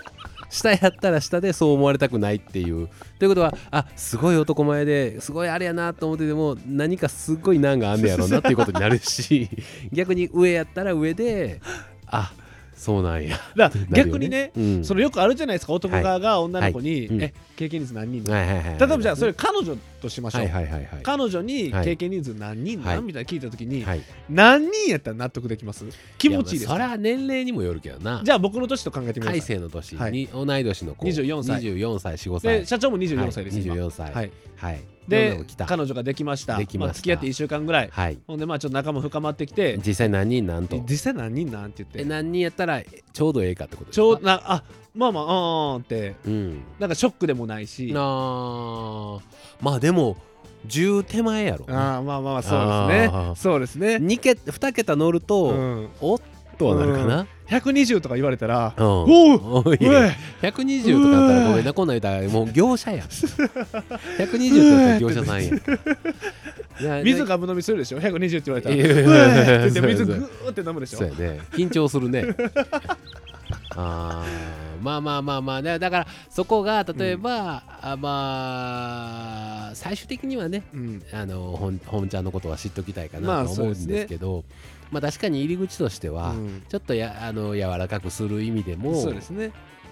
S2: 下やったら下でそう思われたくないっていうということはあすごい男前ですごいあれやなと思ってても何かすごい難があんねやろうなっていうことになる し逆に上やったら上であそうなんや
S1: だから
S2: なるよ
S1: 逆にね、
S2: うん
S1: そのよくあるじゃないですか男側が女の子に、
S2: いうん
S1: え経験率何人だ、
S2: はいはいはい
S1: 例えばじゃあそれ彼女としましょう、
S2: はいはいはいはい
S1: 彼女に
S2: はい
S1: 経験人数何人なん、
S2: はい
S1: みたいな聞いた時に、
S2: はい
S1: 何人やったら納得できます気持ちいいです
S2: やまあそれは年齢にもよるけどな
S1: じゃあ僕の年と考えてみてくださ
S2: 大
S1: い
S2: 勢の年
S1: は
S2: に同い年の子
S1: 24歳
S2: 24歳4 5
S1: で
S2: 歳
S1: 社長も24歳です、
S2: はい
S1: 今
S2: 24歳
S1: はい、
S2: はいどんな
S1: で
S2: の来た
S1: 彼女ができました
S2: できました
S1: あ、付き合って1週間ぐらい
S2: はい
S1: ほんでまあちょっと仲も深まってきて
S2: 実際何人なんと
S1: 実際何人なんって
S2: え
S1: 言って
S2: 何人やったらちょうどええかってことです
S1: ち
S2: か
S1: ょうなあまあまああーんって
S2: うん
S1: なんかショックでもないし
S2: なあまあでも10手前やろ
S1: あーまあまあまあそうです
S2: あー
S1: ねそうですね、
S2: 2桁2桁乗ると、
S1: うん、
S2: おっとはなるかな、
S1: 120とか言われたら
S2: うん
S1: おう
S2: お
S1: お
S2: い
S1: い
S2: 120とかだったらごめんなこんなん言うた らもう業者やん120とかだったら業者さん やんいや
S1: 水がぶ飲みするでしょ120って言われたら「
S2: いうや
S1: えーって言って
S2: そ
S1: 水
S2: うそう
S1: グーって飲むでしょ
S2: そうやね緊張する ねあーまあまあまあまあだだからそこが例えば、あまあ最終的にはね
S1: うん
S2: あの本本ちゃんのことは知っておきたいか
S1: ま
S2: な
S1: あ
S2: と思う
S1: そ
S2: ん
S1: うです
S2: で
S1: ね
S2: すけど、まあ確かに入り口としては、
S1: うん
S2: ちょっとやあの柔らかくする意味でも
S1: そうですね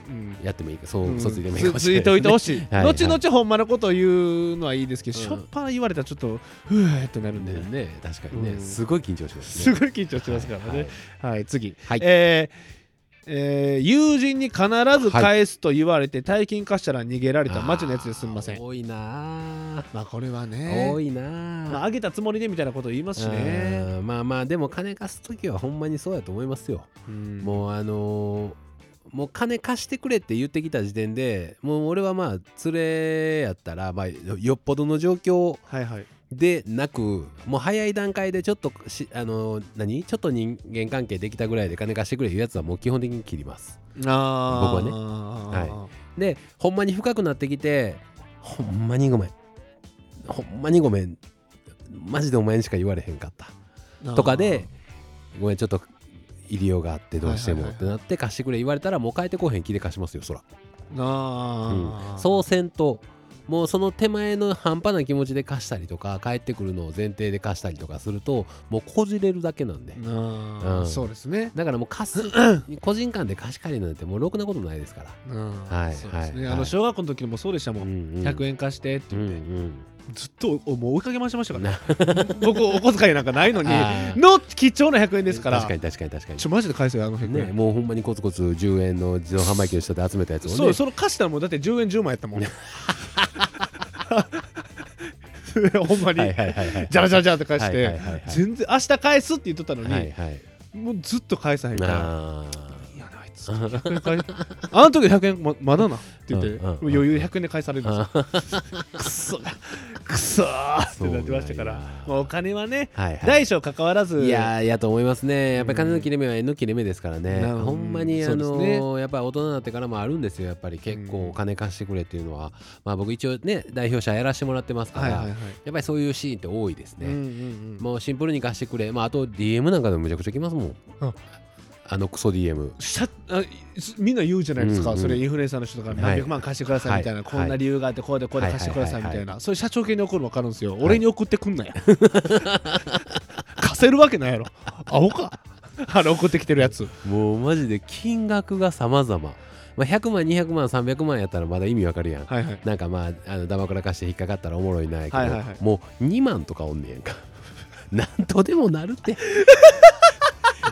S1: うん
S2: やってもいいかそう、
S1: うん
S2: 嘘ついてもいいかも
S1: つ
S2: しれ
S1: ついて
S2: な
S1: お
S2: い
S1: いてほしい
S2: はいはい
S1: 後々ほんまのことを言うのはいいですけど、
S2: うん
S1: しょっぱな言われたらちょっとふーってなるんで、
S2: ねね確かにね、
S1: うん
S2: すごい緊張します
S1: す
S2: ね
S1: ごい緊張しますからねはい、次、
S2: はい
S1: えーえー友人に必ず返すと言われて大金貸したら逃げられたマジのやつですみません
S2: あー多いなあ
S1: まあこれは
S2: 多
S1: ね
S2: いなあ
S1: まああげたつもりでみたいなこと言いますしね、
S2: うんまあまあでも金貸す時はほんまにそうやと思いますよ、
S1: うん
S2: もうあのーもう金貸してくれって言ってきた時点でもう俺はまあ連れやったら、まあ、よよっぽどの状況
S1: はいはい
S2: でなくもう早い段階でちょっとしあのー何ちょっと人間関係できたぐらいで金貸してくれいうやつはもう基本的に切ります
S1: あー
S2: 僕でほんまに深くなってきてほんまにごめんほんまにごめんマジでお前にしか言われへんかった
S1: あー
S2: とかでごめんちょっと入りようがあってどうしても
S1: はい
S2: っ
S1: はい
S2: てなって貸してくれ言われたらもう帰ってこうへん気で貸しますよそら、
S1: あ
S2: う
S1: ー、
S2: ん、そうせんともうその手前の半端な気持ちで貸したりとか帰ってくるのを前提で貸したりとかするともうこじれるだけなんで
S1: あ
S2: う
S1: ー
S2: ん
S1: そうですね。
S2: だからもう貸す個人間で貸し借りなんてもうろくなことないですから、
S1: うん
S2: はい
S1: そうですね
S2: はい
S1: あの小学校の時もそうでしたも。
S2: うんんうん
S1: 100円貸してって
S2: う
S1: 言
S2: ん
S1: って、
S2: うん
S1: ずっとおもう追いかけ回してましたから、
S2: な
S1: ね、僕お小遣いなんか ないのに
S2: あー
S1: の貴重な100円ですから
S2: 確かに確かに確か
S1: ちょマジで返せよあの100
S2: に
S1: 円、
S2: ねもうほんまにコツコツ10円の自動販売機の下で集めたやつをね
S1: そうその貸したらもうだって10円10枚やったもん ほんまに、
S2: はいはいはいはい
S1: じゃらじゃらじゃらって返して、
S2: はいはいはいはい
S1: 全然明日返すって言っとったのに、
S2: はいはい
S1: もうずっと返さへんから
S2: あ
S1: いやなあいつ100円返すあの時の100円ままだなって言って、
S2: うんうんうん
S1: もう余裕で100円で返されるんですよ
S2: ーあ
S1: くそくそーってなってましたから
S2: そうなんや
S1: まあお金はね、
S2: はいはい
S1: 大小関わらず
S2: いやーやと思いますねやっぱり金の切れ目は縁の切れ目ですからね、
S1: なるほど
S2: ほんまに
S1: そ
S2: あ
S1: うです
S2: の
S1: ね
S2: ーやっぱり大人になってからもあるんですよやっぱり結
S1: うん
S2: 構お金貸してくれっていうのは、まあ僕一応ね代表者やらせてもらってますから、
S1: はいはいはい、
S2: やっぱりそういうシーンって多いですね、
S1: うんうんうん
S2: もうシンプルに貸してくれ、まあ、あと DM なんかでもむちゃくちゃ来ますもん
S1: あ
S2: あのクソ DM
S1: しゃあすみんな言うじゃないですか、
S2: うんうん
S1: それインフルエンサーの人とか
S2: はい
S1: 何百万貸してくださいみたいな、
S2: はい
S1: こんな理由があってこうでこうで
S2: はい
S1: 貸してくださいみたいな、
S2: はい
S1: それ社長系に怒るの分かるんですよ、俺に送ってくん なよ貸せるわけないやろアホかあれ送ってきてるやつ
S2: もうマジで金額が様々、まあ、100万200万300万やったらまだ意味わかるやん、
S1: はいはい
S2: なんかまああのダマくらかして引っかかったらおもろいないけど、
S1: はいはいはい
S2: もう2万とかおんねやんか なんとでもなるって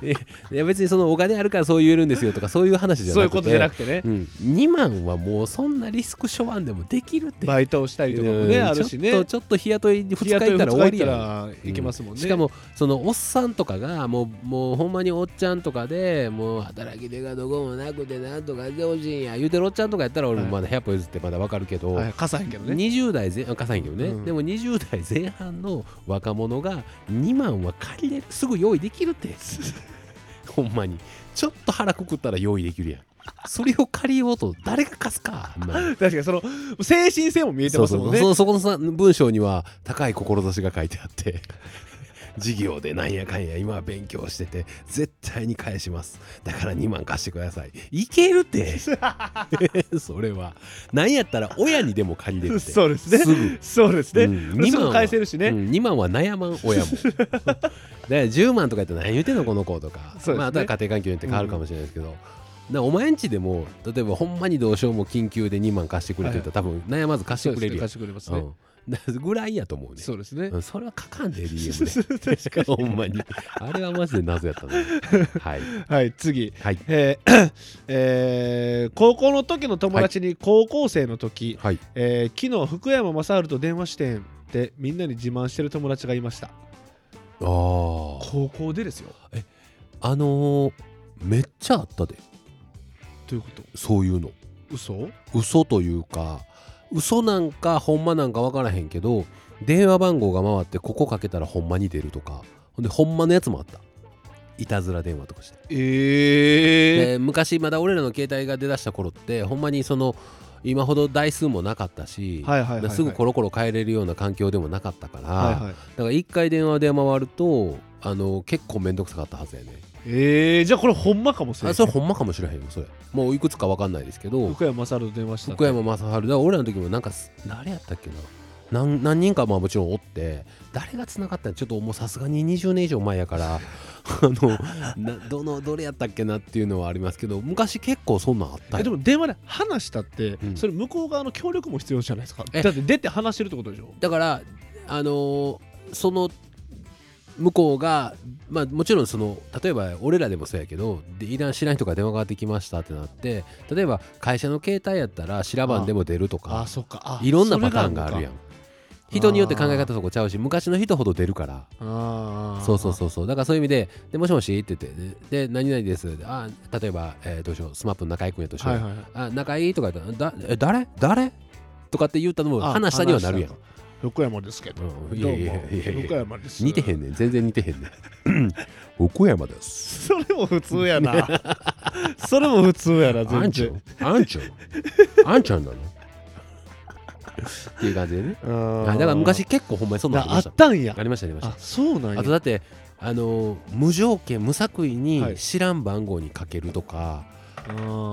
S2: いやいや別にそのお金あるからそう言えるんですよとかそういう話じゃ
S1: そ
S2: なくて
S1: ういうことじゃなくてね、
S2: うん、2万はもうそんなリスク処分でもできるって
S1: バイトをしたりとかもね、
S2: うん
S1: あるしね
S2: ちょっとちょっと日雇い2日
S1: 日雇い
S2: 行ったら終わりやん
S1: 二日行ったらいけますもんね、
S2: しかもそのおっさんとかがもうもうほんまにおっちゃんとかでもう働き手がどこもなくてなんとかしてほしいんや言うてるおっちゃんとかやったら俺もまだ100歩譲ってまだわかるけど、
S1: はい、貸さへんけどね
S2: 20代前あかさんけどね、
S1: うん
S2: でも20代前半の若者が2万は借りれるすぐ用意できるって ほんまにちょっと腹くくったら用意できるやんそれを借りようと誰が貸すかほんまに
S1: 確かにその精神性も見えてますもんね
S2: そうそうそこのさ文章には高い志が書いてあって 事業でなんやかんや今は勉強してて絶対に返しますだから2万貸してくださいいけるって それはなんやったら親にでも借りれるっ て
S1: そうですね
S2: すぐ
S1: そうですね、
S2: うん
S1: す
S2: 二
S1: ぐ
S2: は
S1: 返せるしね、
S2: うん2万は悩まん 親もだから10万とか言って何言うてんのこの子とか、
S1: そうですね
S2: まあ、あとは家庭環境によって変わるかもしれないですけど、だからお前んちでも例えばほんまにどうしようも緊急で2万貸してくれって言ったら、多分悩まず貸してくれるやん
S1: そうですね貸してくれますね、
S2: うん、だぐらいやと思うね
S1: そうですね、
S2: うんそれはかかんで DM
S1: 確か
S2: でほんまにあれはマジで謎や ったなはい
S1: にはい次
S2: はい
S1: えー えー高校の時の友達に高校生の時、
S2: はい
S1: えー昨日福山雅治と電話してんってみんなに自慢してる友達がいました
S2: あー
S1: 高校でですよ
S2: あのーめっちゃあったで
S1: ということ
S2: そういうの
S1: 嘘
S2: 嘘というか嘘なんかほんまなんか分からへんけど電話番号が回ってここかけたらほんまに出るとかほんでほんまのやつもあったいたずら電話とかして
S1: ええ
S2: で昔まだ俺らの携帯が出だした頃ってほんまにその今ほど台数もなかったし、
S1: はいはいはいはい
S2: すぐコロコロ変えれるような環境でもなかったから、
S1: はいはい
S2: だから一回電話で回るとあの結構面倒くさかったはずやね
S1: えー、じゃあこれほんまかもしれな
S2: あ
S1: い
S2: それほんまかもしれへんよそれもういくつか分かんないですけど
S1: 福山雅治と電話した
S2: 福山雅治だから俺らの時もなんかす誰やったっけな何何人かまあもちろんおって誰が繋がったのちょっともうさすがに20年以上前やから あのなどのどれやったっけなっていうのはありますけど昔結構そんなんあった
S1: え
S2: よ
S1: でも電話で話したって、
S2: うん
S1: それ向こう側の協力も必要じゃないですかだ
S2: え
S1: って出て話してるってことでしょ
S2: だからあのーその向こうがまあもちろんその例えば俺らでもそうやけどでいらん知らん人が電話がかかってきましたってなって例えば会社の携帯やったら白番でも出ると
S1: あ
S2: か
S1: あそっかあ
S2: いろんなパターンがあるや
S1: ん
S2: ん人によって考え方そこちゃうし昔の人ほど出るから
S1: ああ
S2: そうそうそうそうだからそういう意味で「でもしもし?」って言って「でで何々です」あ例えば、えーどうしようスマップの中居君やとしよう、
S1: はいはいはい
S2: あ中居とか言ったら「だえ誰誰?」とかって言ったのも
S1: あ
S2: 話したにはなるやん
S1: 話したと福山ですけど、
S2: うんい
S1: ど
S2: や
S1: うも
S2: いやいやいや
S1: 福山です
S2: 似てへんねん全然似てへんね ん奥山です
S1: それも普通やな それも普通やな
S2: あん
S1: 全
S2: ちゃ
S1: 然
S2: んあんち ゃんあんちゃんなのっていう感じでね
S1: あ
S2: はいだから昔結構ほんまにそんな
S1: だ
S2: ん
S1: あ
S2: あり
S1: っ
S2: ました
S1: たんや
S2: ありましたありました
S1: あそうなんや
S2: あとだってあのー無条件無作為
S1: は
S2: に
S1: い
S2: 知らん番号にかけるとか、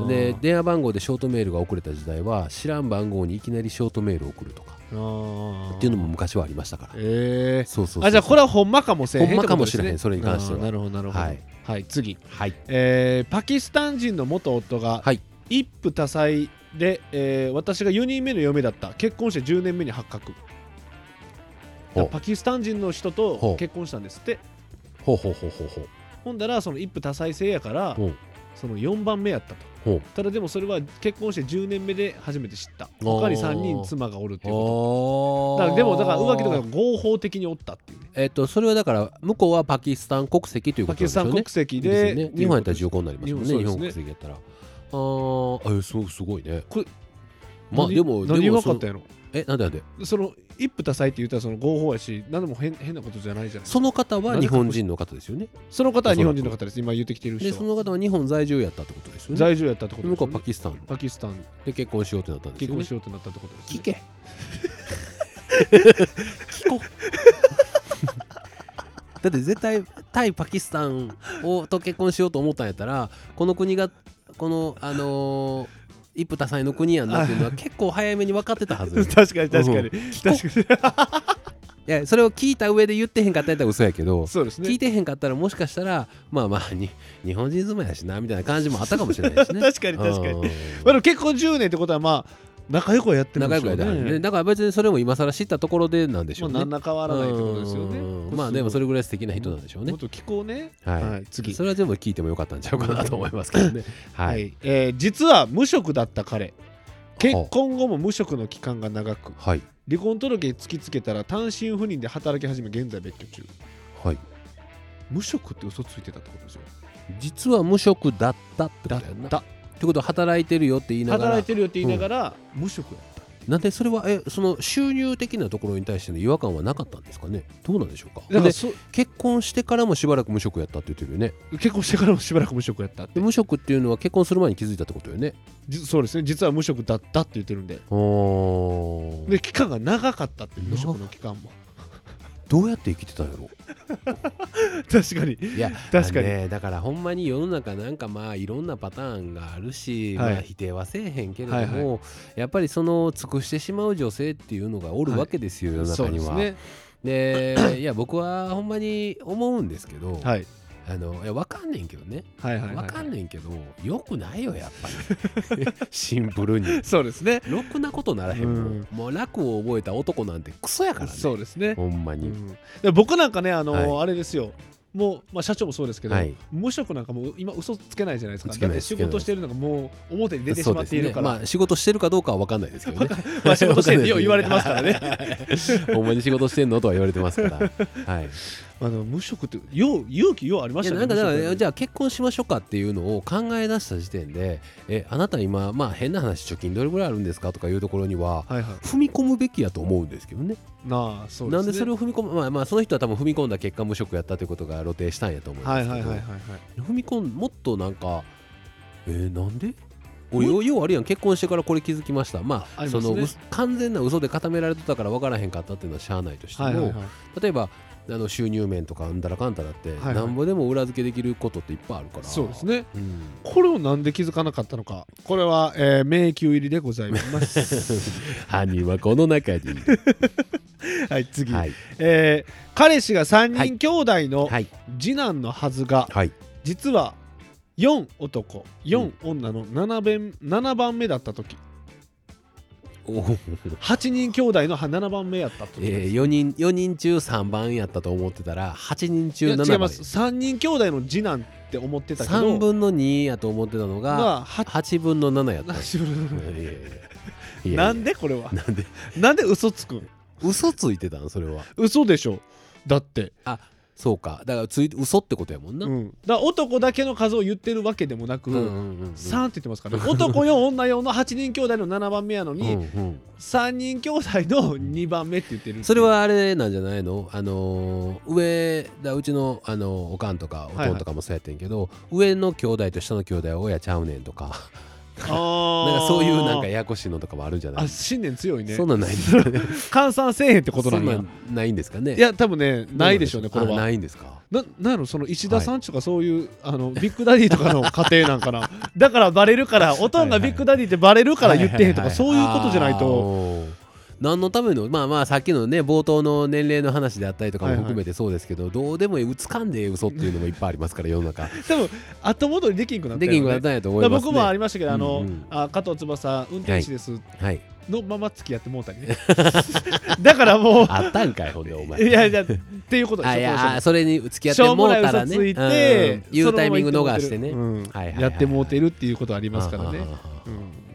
S2: で電話番号でショートメールが遅れた時代は知らん番号にいきなりショートメールを送るとかっていうのも昔はありましたから
S1: ええ
S2: そうそうそう
S1: あじゃあこれはほんまかもせえへん
S2: ほんまかも
S1: ってことですね
S2: しれへんそれに関しては
S1: あーなるほどなるほど
S2: はい
S1: はい次
S2: はい
S1: えーパキスタン人の元夫が
S2: はい
S1: 一夫多妻で、えー私が4人目の嫁だった結婚して10年目に発覚
S2: ほう
S1: パキスタン人の人
S2: ほ
S1: と
S2: う
S1: 結婚したんですって
S2: ほうほうほうほうほう
S1: ほんだらその一夫多妻制やから
S2: ほう
S1: その4番目やったと
S2: ほう
S1: ただでもそれは結婚して10年目で初めて知った
S2: ー
S1: 他に3人妻がおるっていうこ
S2: あ
S1: と
S2: ー
S1: だからでもだから浮気とか合法的におったっていうね
S2: えっとそれはだから向こうはパキスタン国籍というこ
S1: パ
S2: となん
S1: キス
S2: でし
S1: タ
S2: ょう
S1: ン国
S2: ね
S1: 籍
S2: です
S1: で
S2: よね日本やったら重婚になりますもんね
S1: そう
S2: 日
S1: です
S2: 本
S1: ね
S2: 国籍やったらあーあすごいすごいね
S1: これ
S2: まあ
S1: 何
S2: でも
S1: 何
S2: で
S1: が
S2: も
S1: 分
S2: そ
S1: か
S2: の
S1: ったんやろ
S2: えなんでなんで
S1: その一夫多妻って言ったらその合法やし何でも変変なことじゃないじゃない
S2: その方は日本人の方ですよね
S1: その方は日本人の方です今言ってきてる
S2: で
S1: 人
S2: そ
S1: は
S2: の方は日本在住やったってことですよね
S1: 在住やったってこと
S2: 向
S1: です
S2: こ
S1: よ
S2: う
S1: ね
S2: はパキスタン
S1: パキスタン
S2: で結婚しようってなったんです
S1: 結
S2: よね
S1: 婚しようってなったってことですね
S2: 聞け聞こだって絶対タイパキスタンをと結婚しようと思ったんやったらこの国がこのあのー一夫多妻の国やんなっていうのは結構早めに分かってたはずよい
S1: 確かに確か
S2: うん
S1: に 確か
S2: やそれを聞いた上で言ってへんかったやったら嘘やけど
S1: にそうです
S2: 聞い
S1: ね
S2: てへんかったらもしかしたらまあまあに日本人妻やしなみたいな感じもあったかもしれないし ね
S1: 確かに確かに
S2: うん
S1: まあでも結婚10年ってことはまあ仲良くはやってるん
S2: 仲
S1: でし
S2: 良く
S1: ょ
S2: や
S1: う
S2: ってはるね
S1: ね
S2: だから別にそれも今更知ったところでなんでし
S1: ま
S2: ょ
S1: あ
S2: うね
S1: 何ら変わらないってことですよ
S2: う
S1: ね
S2: んまあでもそ
S1: れ
S2: れぐらい素敵な人なんでしょうね
S1: もっ。と聞こうね
S2: はい
S1: はい次
S2: それは全部聞いてもよかったんちゃうかなと思いま すけどね。は。
S1: はいいえー実は無職だった彼結婚後も無職の期間が長く
S2: はい。
S1: 離婚届突きつけたら単身赴任で働き始め現在別居中
S2: はい。
S1: 無職って嘘ついてたってことですよ
S2: 実は無職だったって
S1: だ
S2: こ
S1: っ
S2: とやんな。
S1: た
S2: ってことは働いてるよって言いなが
S1: 働
S2: ら
S1: い。てるよって言いながら、無職やった
S2: なんでそれはえその収入的なところに対しての違和感はなかったんですかねどうなんでしょうか
S1: だから
S2: で
S1: そ
S2: 結婚してからもしばらく無職やったって言ってるよね
S1: 結婚してからもしばらく無職やったって
S2: で無職っていうのは結婚する前に気づいたってことよね
S1: じそうですね実は無職だったって言ってるんで
S2: お
S1: で期間が長かったって無職の期間も
S2: どうやって生きてたんやろ
S1: 確かに
S2: いや
S1: 確かに
S2: あのね、だからほんまに世の中なんかまあいろんなパターンがあるし、
S1: はい
S2: まあ、否定はせえへんけれども、
S1: はいは
S2: やっぱりその尽くしてしまう女性っていうのがおるわけですよ、世
S1: そ
S2: の
S1: う
S2: 中
S1: で
S2: に
S1: す
S2: は。
S1: ね
S2: でいや僕はほんまに思うんですけど、
S1: はい
S2: あのいや分かんねんけどね
S1: はいはい
S2: 分
S1: はい
S2: かんねんけど、よくないよやっぱ りシンプルに。
S1: そうですね
S2: ろくなことならへんもん、
S1: うん
S2: もう楽を覚えた男なんてクソやからね
S1: そうですね、
S2: ほんまに、
S1: うんで僕なんかねあのー
S2: は
S1: あれですよもう、まあ、社長もそうですけど、
S2: はい
S1: 無職なんかもう今嘘つけないじゃないですか
S2: つけな
S1: だ
S2: い
S1: って仕事してるのがもう表に出てし
S2: そう
S1: まっ
S2: です
S1: ている
S2: ね
S1: から、
S2: まあ仕事してるかどうかは分かんないですけどね
S1: まあ仕事してるってよう言われてますからね
S2: ね ほんまに仕事してんのとは言われてますからはい
S1: あの無職ってよう勇気ようありま
S2: い
S1: し
S2: や
S1: たね
S2: なんかだからじ
S1: ゃ
S2: ゃあ結婚しましょうかっていうのを考え出した時点でえあなた今まあ変な話貯金どれぐらいあるんですかとかいうところには
S1: はいはい
S2: 踏み込むべきやと思うんですけどね
S1: なあそうですね
S2: なんでそれ
S1: を
S2: を踏み込むまあまあその人は多分踏み込んだ結果無職やったということが露呈したんやと思うん
S1: は
S2: で
S1: い
S2: す
S1: は
S2: け
S1: い
S2: ど
S1: はいはいはい
S2: 踏み込んもっとなんかえーなんでおいおいようあるやん結婚してからこれ気づきましたまあ
S1: あり
S2: そ
S1: ますね
S2: のうす完全な嘘で固められてたから分からへんかったっていうのはしゃあないとしても、
S1: はいはいはい
S2: 例えばあの収入面とかうんだらかんだらって、
S1: はいはい
S2: なんぼでも裏付けできることっていっぱいあるから
S1: そうです、ね
S2: うん
S1: これをなんで気づかなかったのかこれは、えー迷宮入りでございます
S2: 犯人はこの中にいる
S1: はい次、
S2: はい
S1: えー彼氏が3
S2: はい
S1: 人兄弟の
S2: はい
S1: 次男のはずが、
S2: はい
S1: 実は4男4女の7番 ,7 番目だった時
S2: おー
S1: 8人兄弟のは7番目やったと
S2: えー、4, 人4人中3番やったと思ってたら8人
S1: い
S2: 中
S1: や
S2: 7番
S1: 違います3人兄弟の次男って思ってたけど
S2: 3分の2やと思ってたのが
S1: が8
S2: 8分の7やった
S1: 人
S2: いやいやいやいや
S1: なんでこれは
S2: なんで
S1: なんで嘘つくん
S2: 嘘ついてたんそれは
S1: 嘘でしょだって、
S2: そうかだからつい嘘ってことやもんな、
S1: うん、だから男だけの数を言ってるわけでもなく、
S2: うんうんうん
S1: 3って言ってますからね男4女4の8人兄弟の7番目やのに、
S2: うん
S1: 3人兄弟の2番目って言って
S2: う
S1: る
S2: んそれはあれなんじゃないのあのー上だうちの、あのーおかんとかおとんとかもそうやってんけど、上の兄弟と下の兄弟は親ちゃうねんとか
S1: な
S2: なんかそういうなんかややこしいのとかもあるんじゃない
S1: あ信念強いね
S2: そんなんないんですかね
S1: 換算せえへんってことなん
S2: そんな
S1: や
S2: んないんですかね
S1: いや多分ねないでしょうねこれ
S2: あ
S1: は
S2: ないんですか
S1: ななんやろその石田さんとかそういう、あのビッグダディとかの家庭なんかな だからバレるからおとんがビッグダディってバレるから言ってへんとかそういうことじゃない
S2: あー
S1: と
S2: おー何のためのまあまあさっきのね冒頭の年齢の話であったりとかも
S1: はい
S2: 含
S1: は
S2: めてそうですけど、どうでもいいつかんでええ嘘っていうのもいっぱいありますから世の中
S1: 多分後戻りできんくなった
S2: で
S1: よね
S2: きんくなったんやと思
S1: だか
S2: いま
S1: ら
S2: すね
S1: 僕もありましたけど、あの、
S2: うんうん
S1: あ加藤翼運転手です、
S2: はい
S1: のまま付き合ってもうたりね だから もう
S2: あったんかいほんでお前
S1: いやいやっていうことでしょ
S2: あい
S1: どうしても
S2: やあそれに付き合っ
S1: しょ
S2: て
S1: うも
S2: もう
S1: ない
S2: たら
S1: 嘘
S2: ね
S1: ついて、
S2: うん、言うタイミング逃してね、
S1: そのまま行ってもうてるうん
S2: はいはいはい
S1: やってもうてるっていうことありますからね
S2: あーあーあ
S1: う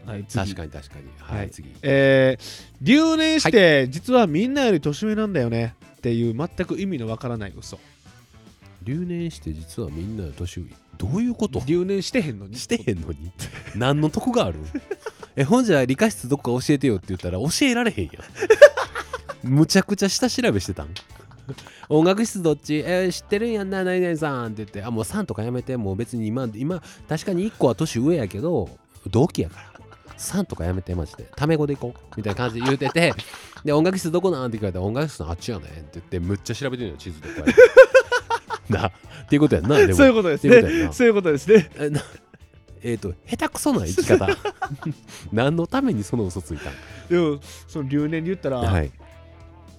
S2: ー
S1: んはい次
S2: 確かに確かにはい、
S1: はい
S2: 次
S1: えー留年して、実はみんなより年上なんだよねっていう全く意味のわからない嘘
S2: 留年して実はみんな年上どういうこと
S1: 留年してへんのに
S2: してへんのに何の得がある えほんじゃ理科室どっか教えてよって言ったら教えられへんやん むちゃくちゃ下調べしてたん音楽室どっちえー知ってるんやんな何々さんって言ってあもう3とかやめてもう別に今今確かに1個は年上やけど同期やから3とかやめてマジでタメ語でいこうみたいな感じで言うててで音楽室どこなんって聞かれたら音楽室のあっちやねんって言ってむっちゃ調べてるのよ地図でこうやって なっていうことやんなでも
S1: そういうことです
S2: っていうことや
S1: ね
S2: な
S1: そういうことですね
S2: えな えっ、と下手くそな生 き方何のためにその嘘ついたん
S1: でもその留年で言ったら、
S2: はい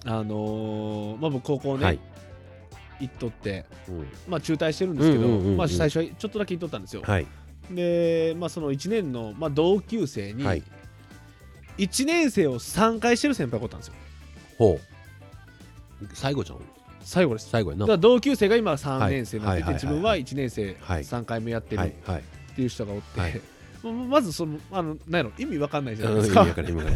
S1: あのーまあ僕高校ね、
S2: はい、
S1: 行っとって
S2: うん
S1: まあ中退してるんですけど、
S2: うんうんうんうん
S1: まあ最初はちょっとだけ行っとったんですよ、
S2: はい
S1: でまあその1年の、まあ、同級生に
S2: はい
S1: 1年生を3回してる先輩がおったんですよ
S2: ほう最後じゃん
S1: 最後です
S2: 最後やな
S1: だか
S2: は
S1: ら同級生が今3年生になってて、
S2: はいはいはいはい
S1: 自分は1年生
S2: はい
S1: 3回目やって
S2: い
S1: る
S2: は
S1: っ
S2: いはい
S1: ていう人がおって、
S2: はい
S1: ま まずそのあのなんやろ意味わかんないじゃない
S2: うん
S1: です
S2: 今
S1: か、
S2: から今か ら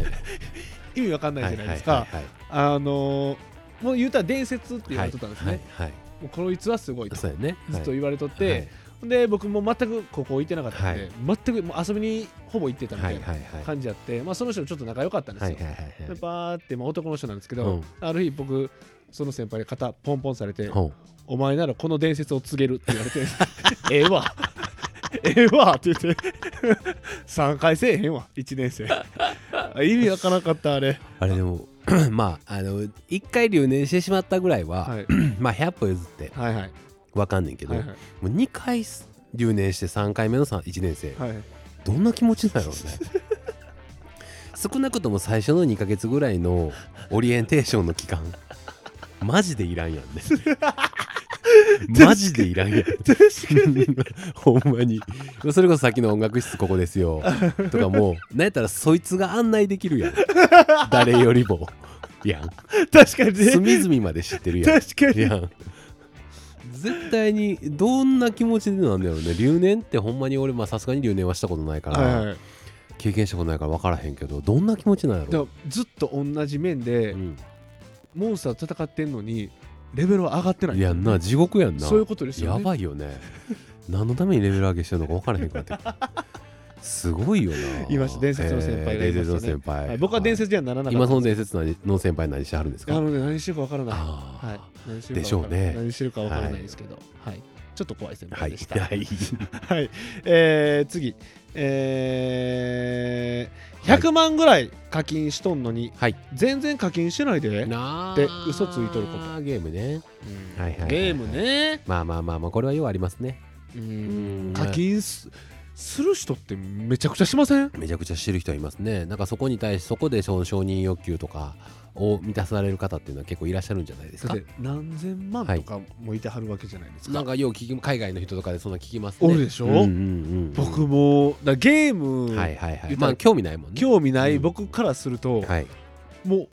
S1: 意味わかんないじゃないですか、
S2: はいはい
S1: あのーもう言うたら伝説って言われとったんですね、
S2: はいはい
S1: もうこいつはすごいとず
S2: そうやね
S1: っと言われとって、
S2: はい
S1: で僕も全くここ行ってなかったんで、全くもう遊びにほぼ行ってたみ
S2: は
S1: た
S2: い
S1: い
S2: はい
S1: な
S2: は
S1: い
S2: はい
S1: 感じやって、まあ、その人もちょっと仲良かったんですよ、
S2: はいはい
S1: でバーって、まあ、男の人なんですけど、
S2: うん
S1: ある日僕その先輩に肩ポンポンされて
S2: ほ
S1: 「お前ならこの伝説を告げる」って言われて「 ええわええわ」って言って3回せえへんわ1年生あ意味わからなかったあれ
S2: うあれでも まああの一回留年してしまったぐらいは、
S1: はい
S2: まあ100歩譲って
S1: はいはい
S2: わかんねんけど、
S1: はいはい
S2: もう2回留年して3回目の1年生、
S1: はい
S2: どんな気持ちだろうね 少なくとも最初の2ヶ月ぐらいのオリエンテーションの期間マジでいらんやん ねマジでいらんやん ほんまにそれこそさっきの音楽室ここですよとかもうなんやったらそいつが案内できるやん誰よりもやん
S1: 確かにね
S2: 隅々まで知ってるやん
S1: 確か
S2: い
S1: に
S2: や絶対にどんな気持ちでなんだろうね留年ってほんまに俺まあさすがに留年はしたことないから、
S1: はいはい
S2: 経験したことないから分からへんけどどんな気持ちなんや
S1: で
S2: ろ
S1: もずっと同じ面で、
S2: うん
S1: モンスターと戦ってんのにレベルは上がってない
S2: いやんな地獄やんな
S1: そういうことですよ
S2: や
S1: ね
S2: ばいよね何のためにレベル上げしてるのか分からへんくなってきたすごいよない
S1: ました伝説の先輩がいましたね
S2: 伝説の先輩、
S1: はい僕は伝説にはならな
S2: はい
S1: か
S2: 今
S1: った
S2: その伝説のの先輩何してはるんです
S1: あ
S2: か
S1: のね何してるかわからない
S2: あ
S1: はい、何してるか
S2: でしょうね
S1: 何してるかわからないですけど、はいちょっと怖い先
S2: ーは
S1: 輩
S2: い
S1: でした。
S2: はい
S1: はいえー次、えー、100万ぐらい課金しとんのに、
S2: はい
S1: 全然課金してないで、
S2: なあ
S1: で嘘ついとること
S2: ゲームね
S1: うん
S2: はいはいはいはい
S1: ゲームね、
S2: まあまあまあまあこれはようありますね
S1: うん
S2: うん
S1: 課金すする人ってめちゃくちゃしません
S2: めちゃくちゃしてる人はいますねなんかそこに対してそこでその承認欲求とかを満たされる方っていうのは結構いらっしゃるんじゃないです
S1: だっ
S2: か
S1: て何千万とかもいてはるわけじゃないですか。
S2: なんかよう聞き海外の人とかでそんな聞きますね
S1: おるでしょ、
S2: うんうんうん
S1: 僕もだからゲーム、
S2: はいはいは
S1: 言
S2: い
S1: ったら
S2: まあ興味ないもんね
S1: 興味な
S2: う
S1: い
S2: ん
S1: 僕からすると、
S2: はい
S1: もう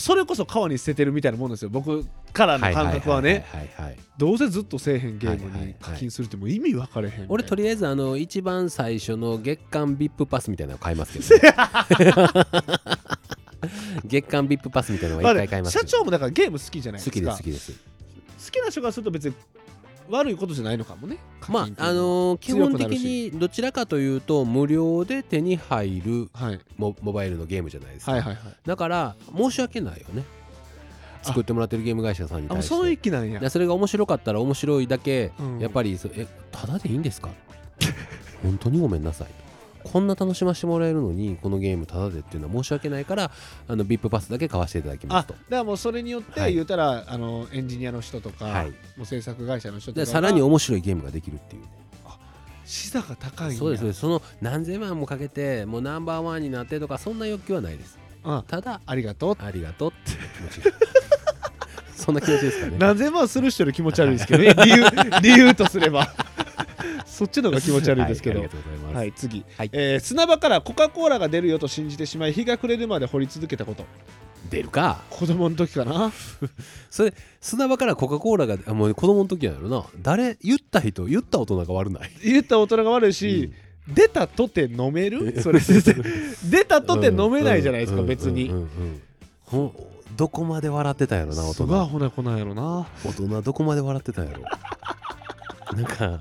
S1: それこそ川に捨ててるみたいなもんですよ僕からの感覚はね
S2: いはいはい
S1: どうせずっとせえへんゲー
S2: はい
S1: ム
S2: はいは
S1: に
S2: い
S1: 課金するってもう意味分かれへんね、
S2: 俺とりあえずあの一番最初の月間 VIP パスみたいなの買いますけどね 月間 VIP パスみたいなの
S1: ま
S2: は
S1: あ
S2: 一
S1: ね
S2: 回買います
S1: 社
S2: けど
S1: 長もだからゲーム好きじゃないです
S2: 好
S1: か
S2: きです好きです
S1: 好きな人からすると別に悪いことじゃないのかもね課
S2: ま
S1: 金ってい
S2: ああ
S1: うのは
S2: のー基
S1: 強
S2: 本
S1: くな
S2: 的
S1: るし
S2: にどちらかというと無料で手に入る
S1: はい、
S2: モモバイルのゲームじゃないですか、
S1: はいはいはい
S2: だから申し訳ないよね
S1: あ
S2: 作ってもらってるゲーム会社さんに
S1: あも
S2: 対
S1: う
S2: して
S1: そういう気なんや
S2: でそれが面白かったら面白いだけ、
S1: うん
S2: やっぱりそえただでいいんですか本当にごめんなさいこんな楽しませてもらえるのにこのゲームタダでっていうのは申し訳ないからあの VIP パスだけ買わせていただき
S1: あ
S2: ま
S1: だ
S2: す
S1: か
S2: と。
S1: らもうそれによって、
S2: はい
S1: 言うたらあのエンジニアの人とか、
S2: はい
S1: もう制作会社の人とかが
S2: でさらに面白いゲームができるっていうね、
S1: 資座が高いんや
S2: そうですそうですその何千万もかけてもうナンバーワンになってとかそんな欲求はないです
S1: うん、
S2: ただ
S1: ありがとう
S2: ありがとうってい う気持ちがそんな気持ちですかね
S1: 何千万する人より気持ち悪いですけどね 理由理由とすれば そっちの方が気持ち悪いですけど、
S2: は
S1: はい
S2: ありがとうございます、
S1: い次、
S2: はい
S1: えー砂場からコカ・コーラが出るよと信じてしまい日が暮れるまで掘り続けたこと
S2: 出るか
S1: 子供の時かな
S2: それ砂場からコカ・コーラがあもう子供の時やろな誰言った人言った大人が悪ない
S1: 言った大人が悪いし、出たとて飲める それ先生出たとて飲めないじゃないですか、別に、
S2: うんうんうんうんほんどこまで笑ってたんやろな大
S1: すごいア
S2: 人
S1: ホな子なんやろな
S2: 大人どこまで笑ってたんやろなんか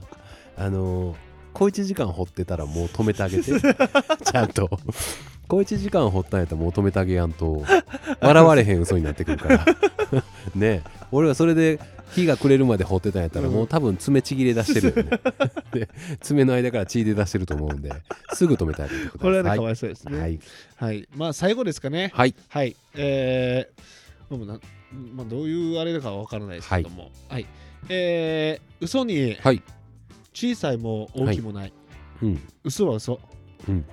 S2: あのー小一時間掘ってたらもう止めてあげてちゃんと小一時間掘ったんやったらもう止めてあげやんと笑われへん嘘になってくるからねえ俺はそれで火が暮れるまで掘ってたんやったらもう多分爪ちぎれ出してるよねで爪の間から血出出してると思うんですぐ止めてあげてください
S1: これはねかわいそうですね
S2: は
S1: はい、
S2: い
S1: まあ最後ですかね
S2: はい
S1: はいえー、でもなまあどういうあれだかは分からないですけどもはい、えー、嘘に
S2: はい
S1: 小さいも大きいもない、
S2: うん
S1: 嘘は嘘、
S2: うん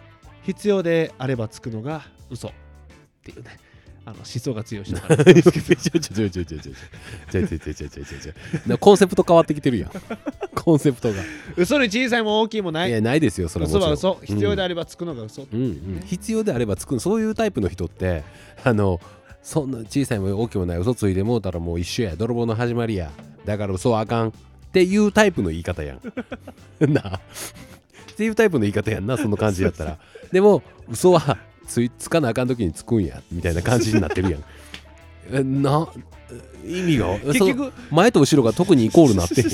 S1: 必要であればつくのが嘘っていうねあの思想が強い人なん ですけど
S2: ちょちょちょちょちょちょちょちょちょちょちょちょなコンセプト変わってきてるやんコンセプトが
S1: 嘘に小さいも大きいもない
S2: いやないですよそれもち
S1: 嘘
S2: ろ
S1: は
S2: ん
S1: 嘘必要であればつくのが嘘、
S2: うんうん必要であればつくそういうタイプの人ってあのそんな小さいも大きいもない嘘ついてもうたらもう一緒や泥棒の始まりやだから嘘はあかんっていうタイプの言い方やん なあっていうタイプの言い方やんなその感じやったらでも嘘はついつかなあかん時につくんやみたいな感じになってるやんえ な意味が
S1: 結
S2: その
S1: 局
S2: 前と後ろが特にイコールなってへ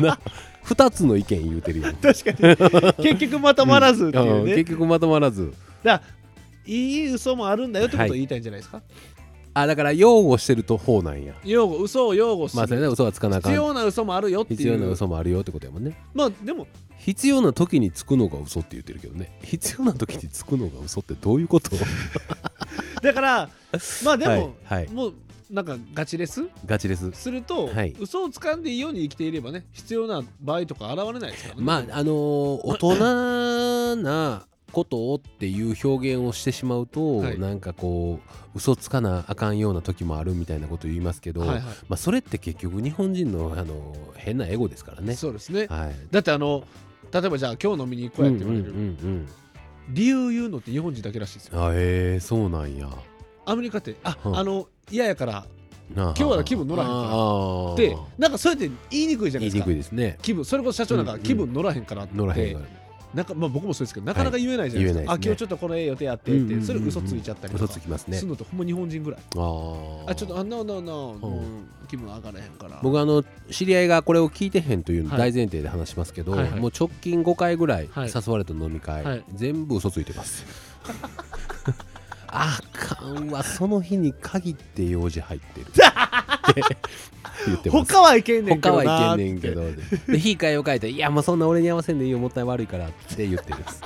S2: ん な2つの意見言うてるやん
S1: 確かに結局まとまらずっていうね、
S2: うん結局まとまらず
S1: だからいい嘘もあるんだよってことを言いたいんじゃないですか、
S2: あだから擁護してると方なんや
S1: 擁護嘘を擁護す
S2: まあそれ
S1: る、
S2: で嘘はつかなあかん
S1: 必要な嘘もあるよっていう
S2: 必要な嘘もあるよってことやもんね
S1: まあでも
S2: 必要な時につくのが嘘って言ってるけどね必要な時につくのが嘘ってどういうこと
S1: だからまあでも、
S2: はいはい
S1: もうなんかガチレス
S2: ガチです
S1: すると、
S2: はい
S1: 嘘をつかんでいいように生きていればね必要な場合とか現れないですからね、
S2: まああのー大人なことをっていう表現をしてしまうと、
S1: はい
S2: なんかこう嘘つかなあかんような時もあるみたいなこと言いますけど、
S1: はいは
S2: まあ、それって結局日本人の、あのー変なエゴですから
S1: い、
S2: ね。
S1: そうですね
S2: はい
S1: だってあの例えばじゃあ今日飲みに行こうやって言われる、
S2: うんうんうん
S1: 理由言うのって日本人だけらしいです
S2: う
S1: よ
S2: ん、あえー、そうなんや。
S1: アメリカってあ、
S2: うん
S1: あの嫌やから
S2: 今
S1: 今日は気分乗らへんから
S2: ら
S1: ってなんかそうやって言いにくいじゃない
S2: 言
S1: で
S2: い
S1: す
S2: に
S1: か
S2: くいですね。
S1: 気分それこそ社長なんか
S2: うんうん
S1: 気分乗らへんからって、
S2: 乗らへんから
S1: なんかまあ、僕もそうですけどなかなか言えないじゃないですか、あ今
S2: はい言えない
S1: 日
S2: です
S1: ちょっとこのええ予定あって
S2: う
S1: っ
S2: んうん
S1: て
S2: うんうん
S1: それ嘘ついちゃったりと
S2: 嘘
S1: か
S2: つきますね
S1: する。のとほんま日本人ぐらい、
S2: あー
S1: あちょっとあんなあんなあんな、うん、気分上がらへんから
S2: 僕あの知り合いがこれを聞いてへんという
S1: はい
S2: 大前提で話しますけど、
S1: はいはい
S2: もう直近5回ぐらい
S1: はい
S2: 誘われた飲み会、
S1: はい
S2: 全部嘘ついてます。 あかんわその日に限って用事入ってるって言ってます。
S1: 他はいけんねんけ
S2: 他
S1: ど
S2: はい
S1: な
S2: けんねんけどで火替えを変えて「いやもうそんな俺に合わせんでいいよもったい悪いから」って言って ます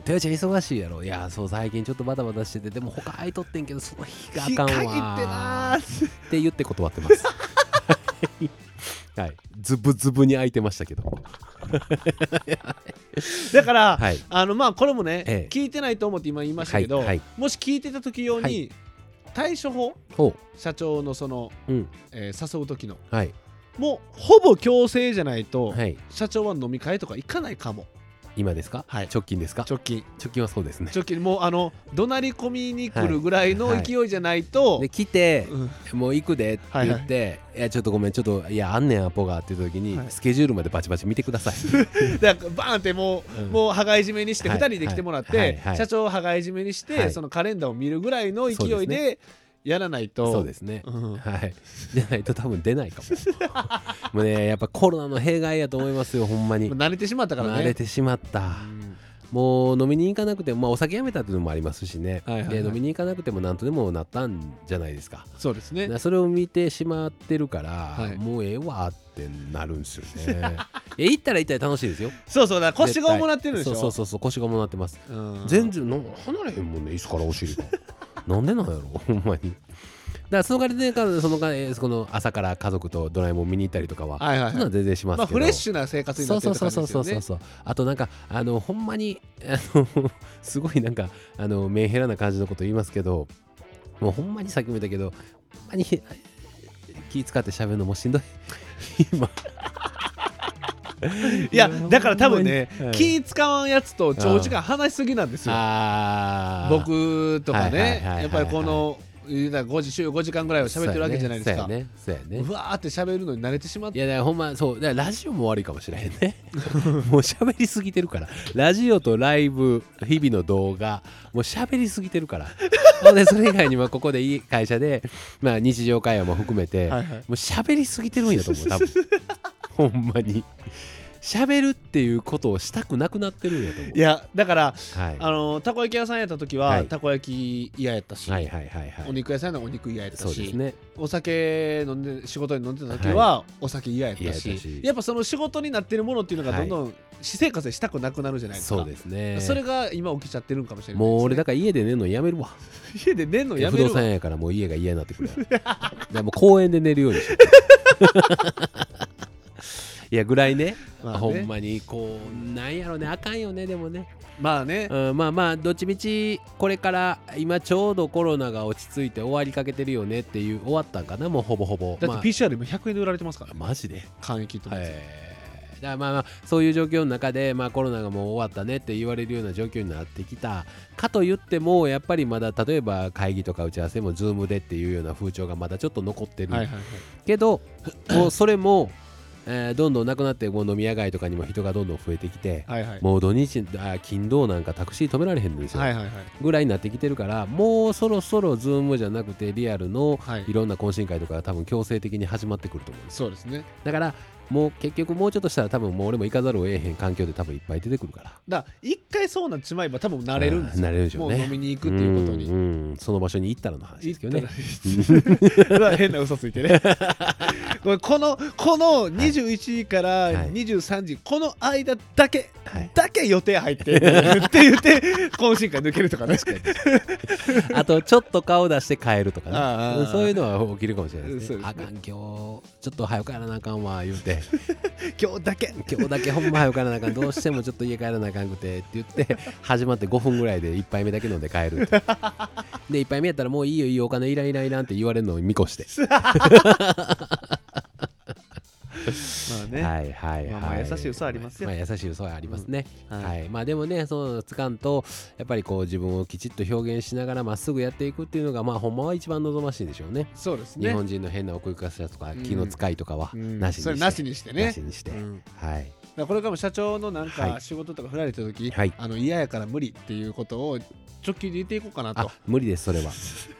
S2: 豊ちゃん忙しいやろいやそう最近ちょっとバタバタしててでも他空いとってんけどその日があ
S1: 日
S2: かん
S1: 限っ
S2: わ
S1: てなー
S2: って言って断ってます はいズブズブに空いてましたけど
S1: だから、
S2: はい
S1: あのまあこれもね、
S2: ええ
S1: 聞いてないと思って今言いましたけど、
S2: はいはい
S1: もし聞いてた時用に、
S2: はい
S1: 対処法
S2: ほ
S1: 社長のその、
S2: ううん
S1: えー誘う時の
S2: はい
S1: もうほぼ強制じゃないと、
S2: はい
S1: 社長は飲み会とか行かないかも
S2: 今ですか、
S1: はい
S2: 直近ですか
S1: 直近
S2: 直近はそうですね
S1: 直近もうあの怒鳴り込みに来るぐらいの勢いじゃないと、
S2: で来て、
S1: うん
S2: もう行くでって言って、いやちょっとごめんちょっといやあんねんアポがっていう時に、
S1: はい
S2: スケジュールまでバチバチ見てください
S1: だからバーンってもう,、
S2: うん
S1: もう羽交い締めにして
S2: は
S1: 2
S2: い
S1: 人で来てもらって、
S2: はいはい
S1: 社長を羽交い締めにして、
S2: はい
S1: そのカレンダーを見るぐらいの勢
S2: そう
S1: い
S2: で
S1: でやらないと
S2: そうですね、
S1: うん
S2: はい じゃないと多分出ないか ももうねやっぱコロナの弊害やと思いますよほんまに
S1: まあ慣れてしまったから
S2: 慣れ
S1: ね。
S2: てしまった
S1: うん
S2: もう飲みに行かなくても、まあ、お酒やめたっていうのもありますしね、
S1: はいはいはい
S2: で飲みに行かなくても何とでもなったんじゃないですか
S1: そうですね
S2: それを見てしまってるから、
S1: はい
S2: もうええわってなるんですよ ねいや行ったら行ったら楽しいですよ
S1: そうそうだから腰が
S2: 絶対
S1: 重なってるんでしょ
S2: そうそうそうそう腰が重なってます、
S1: うん
S2: 全然なんか離れへんもんね椅子からお尻が なんでなんやろ ほんまにだからその代わりでかそのかえーその朝から家族とドラえもん見に行ったりとかは、
S1: はいはい
S2: そんな
S1: は
S2: ん
S1: い
S2: 全然しますけど、
S1: まあフレッシュな生活に
S2: そ
S1: な
S2: う
S1: って
S2: そ
S1: る
S2: う
S1: って
S2: そ
S1: 感
S2: う
S1: じ
S2: そう
S1: です
S2: そう
S1: よ
S2: そう
S1: ね
S2: そうあとなんかあのほんまにあの すごいなんかあのメンヘラな感じのこと言いますけどもうほんまにさっきも言ったけどほんまにへ気使って喋るのも しんどい今
S1: いやだから多分ね
S2: ほんまにはい
S1: 気使わんやつと長時間話しすぎなんですよ
S2: あー
S1: 僕とか
S2: はいはいはい
S1: ね
S2: はいはい
S1: やっぱりこの言うたら5時週5時間ぐらいは喋ってるわけじゃないですか
S2: そうやねそうやね
S1: うわーって喋るのに慣れてしまっ
S2: い
S1: て
S2: やだからほんまそうだからラジオも悪いかもしれへんね もう喋りすぎてるからラジオとライブ日々の動画もう喋りすぎて るからほんでそれ以外にもここでいい会社で、まあ、日常会話も含めて、
S1: はいはい
S2: もう喋りすぎてるんやと思 う多分ほんまに喋るっていうことをしたくなくなってるんやと思う
S1: いやだから
S2: はい、
S1: あのたこ焼き屋さんやった時
S2: は
S1: はいたこ焼き嫌やったし
S2: はいはいはいは
S1: お
S2: い
S1: 肉屋さんやったらお肉嫌やった
S2: そうです
S1: し
S2: ね
S1: お酒飲んで仕事に飲んでた時はお酒嫌やった
S2: 嫌や
S1: し
S2: ったし
S1: やっぱその仕事になってるものっていうのがどんどん私生活でしたくなくなるじゃないですか
S2: そうですね
S1: それが今起きちゃってるんかもしれないですね
S2: もう俺だから家で寝るのやめるわ
S1: 家で寝るのやめ
S2: 不
S1: る
S2: 動
S1: わ
S2: 産屋やからもう家が嫌になってくる やろでも公園で寝るようにしよういやぐらいね,、
S1: まあね
S2: ほんまにこうなんやろねあかんよねでもね、
S1: まあね
S2: うん、まあまあどっちみちこれから今ちょうどコロナが落ち着いて終わりかけてるよねっていう終わったんかなもうほぼほぼ
S1: だって PCR も100円で売られてますから
S2: まあ、マジで
S1: 簡易キットのやつ
S2: えーだからまあまあそういう状況の中で、まあ、コロナがもう終わったねって言われるような状況になってきたかといってもやっぱりまだ例えば会議とか打ち合わせも Zoom でっていうような風潮がまだちょっと残ってる、
S1: はいはいはい
S2: けどもうそれも、えーどんどんなくなってもう飲み屋街とかにも人がどんどん増えてきて、
S1: はいはい
S2: もう土日あ金土なんかタクシー止められへんのですよ、
S1: はいはいはい
S2: ぐらいになってきてるからもうそろそろ Zoom じゃなくてリアルの
S1: はい
S2: いろんな懇親会とかが多分強制的に始まってくると思うんですよ
S1: そうですね
S2: だからもう結局もうちょっとしたら多分もう俺も行かざるを得へん環境で多分いっぱい出てくるから
S1: だから一回そうなっちまえば多分慣れるんです
S2: あー
S1: よ
S2: 慣れるでしょうね
S1: もう飲みに行くっていうことに
S2: んうんその場所に行ったらの話ですけどね
S1: 言ったら 変な嘘ついてねこれこのこの21時から
S2: はい
S1: 23時、この間だけ、
S2: はい
S1: だけ予定入ってるって言って懇親会抜けるとかね
S2: あとちょっと顔出して帰るとか
S1: あーあ
S2: ね
S1: ー
S2: そういうのは起きるかもしれないです
S1: そ
S2: ね
S1: うですね
S2: あかん今日ちょっと早く帰らなあかんわ言うて
S1: 今日だけ
S2: 今日だけほんま早く帰らなあかんどうしてもちょっと家帰らなあかんくてって言って始まって5分ぐらいで1杯目だけ飲んで帰るってで1杯目やったらもういいよいいよお金いらんいらんいらんって言われるのを見越して
S1: まあね、
S2: はいはいはい、
S1: まあまあ優しい嘘ありますよ
S2: まあ、優しい嘘はありますね、
S1: うんは
S2: はいいまあでもねそのつかんとやっぱりこう自分をきちっと表現しながらまっすぐやっていくっていうのがまあほんまは一番望ましいでしょうね
S1: そうです
S2: 日
S1: ね
S2: 本人の変な奥ゆかしさとか
S1: うん
S2: 気の使いとかは
S1: うん
S2: なしにして、
S1: それなしにして
S2: な
S1: ね
S2: しにして
S1: うんだか
S2: はい
S1: らこれからも社長のなん
S2: は
S1: か仕事とか振られた時、
S2: はい
S1: あの嫌やから無理っていうことを直球で言っていこうかな
S2: あ
S1: と
S2: 無理ですそれは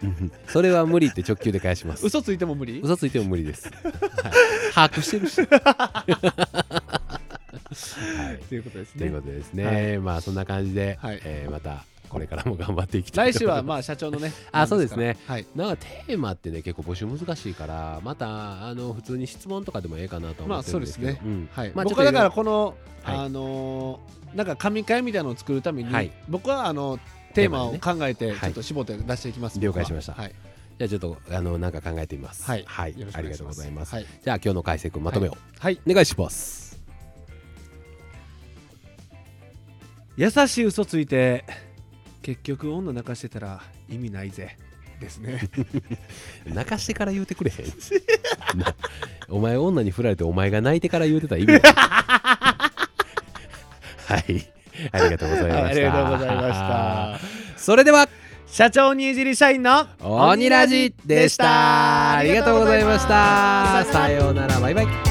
S2: うんそれは無理って直球で返します
S1: 嘘ついても無理
S2: 嘘ついても無 理です、はい、把握してるし、はい
S1: ということです
S2: とい
S1: ね
S2: うことでですね、
S1: はい
S2: まあそんな感じで、
S1: はい
S2: えーまたこれからも頑張っていきた
S1: 来
S2: いと
S1: 週
S2: 思い
S1: は
S2: ます
S1: まあ社長のね
S2: あそうですね
S1: はい
S2: なんかテーマってね結構募集難しいからまたあの普通に質問とかでもええかなとは思ってるんですけど、
S1: まあそうです
S2: ね
S1: はい、
S2: まあ
S1: 僕はだからこの、
S2: はい
S1: あのーなんか神会みたいなのを作るために、
S2: はい
S1: 僕はあのテーマを
S2: テ
S1: 考えて
S2: ね
S1: ちょっと絞って出していきます、
S2: はい了解しました
S1: はい、
S2: じゃあちょっとあのなんか考えてみます
S1: はい
S2: はい
S1: よろしく
S2: あ
S1: お願
S2: り
S1: い
S2: が
S1: し
S2: とう
S1: ま
S2: ご
S1: す
S2: ざいます、
S1: はい
S2: じゃあ今日の解説まとめを、
S1: はい、
S2: お願いします
S1: 優しい嘘ついて結局女泣かしてたら意味ないぜですね
S2: 泣かしてから言うてくれへんな お前女に振られてお前が泣いてから言うてたら意 味ないはいありがとうございました、
S1: ありがとうございました
S2: それでは
S1: 社長にいじり社員の
S2: 鬼ラジでしたありがとうございましたさようならバイバイ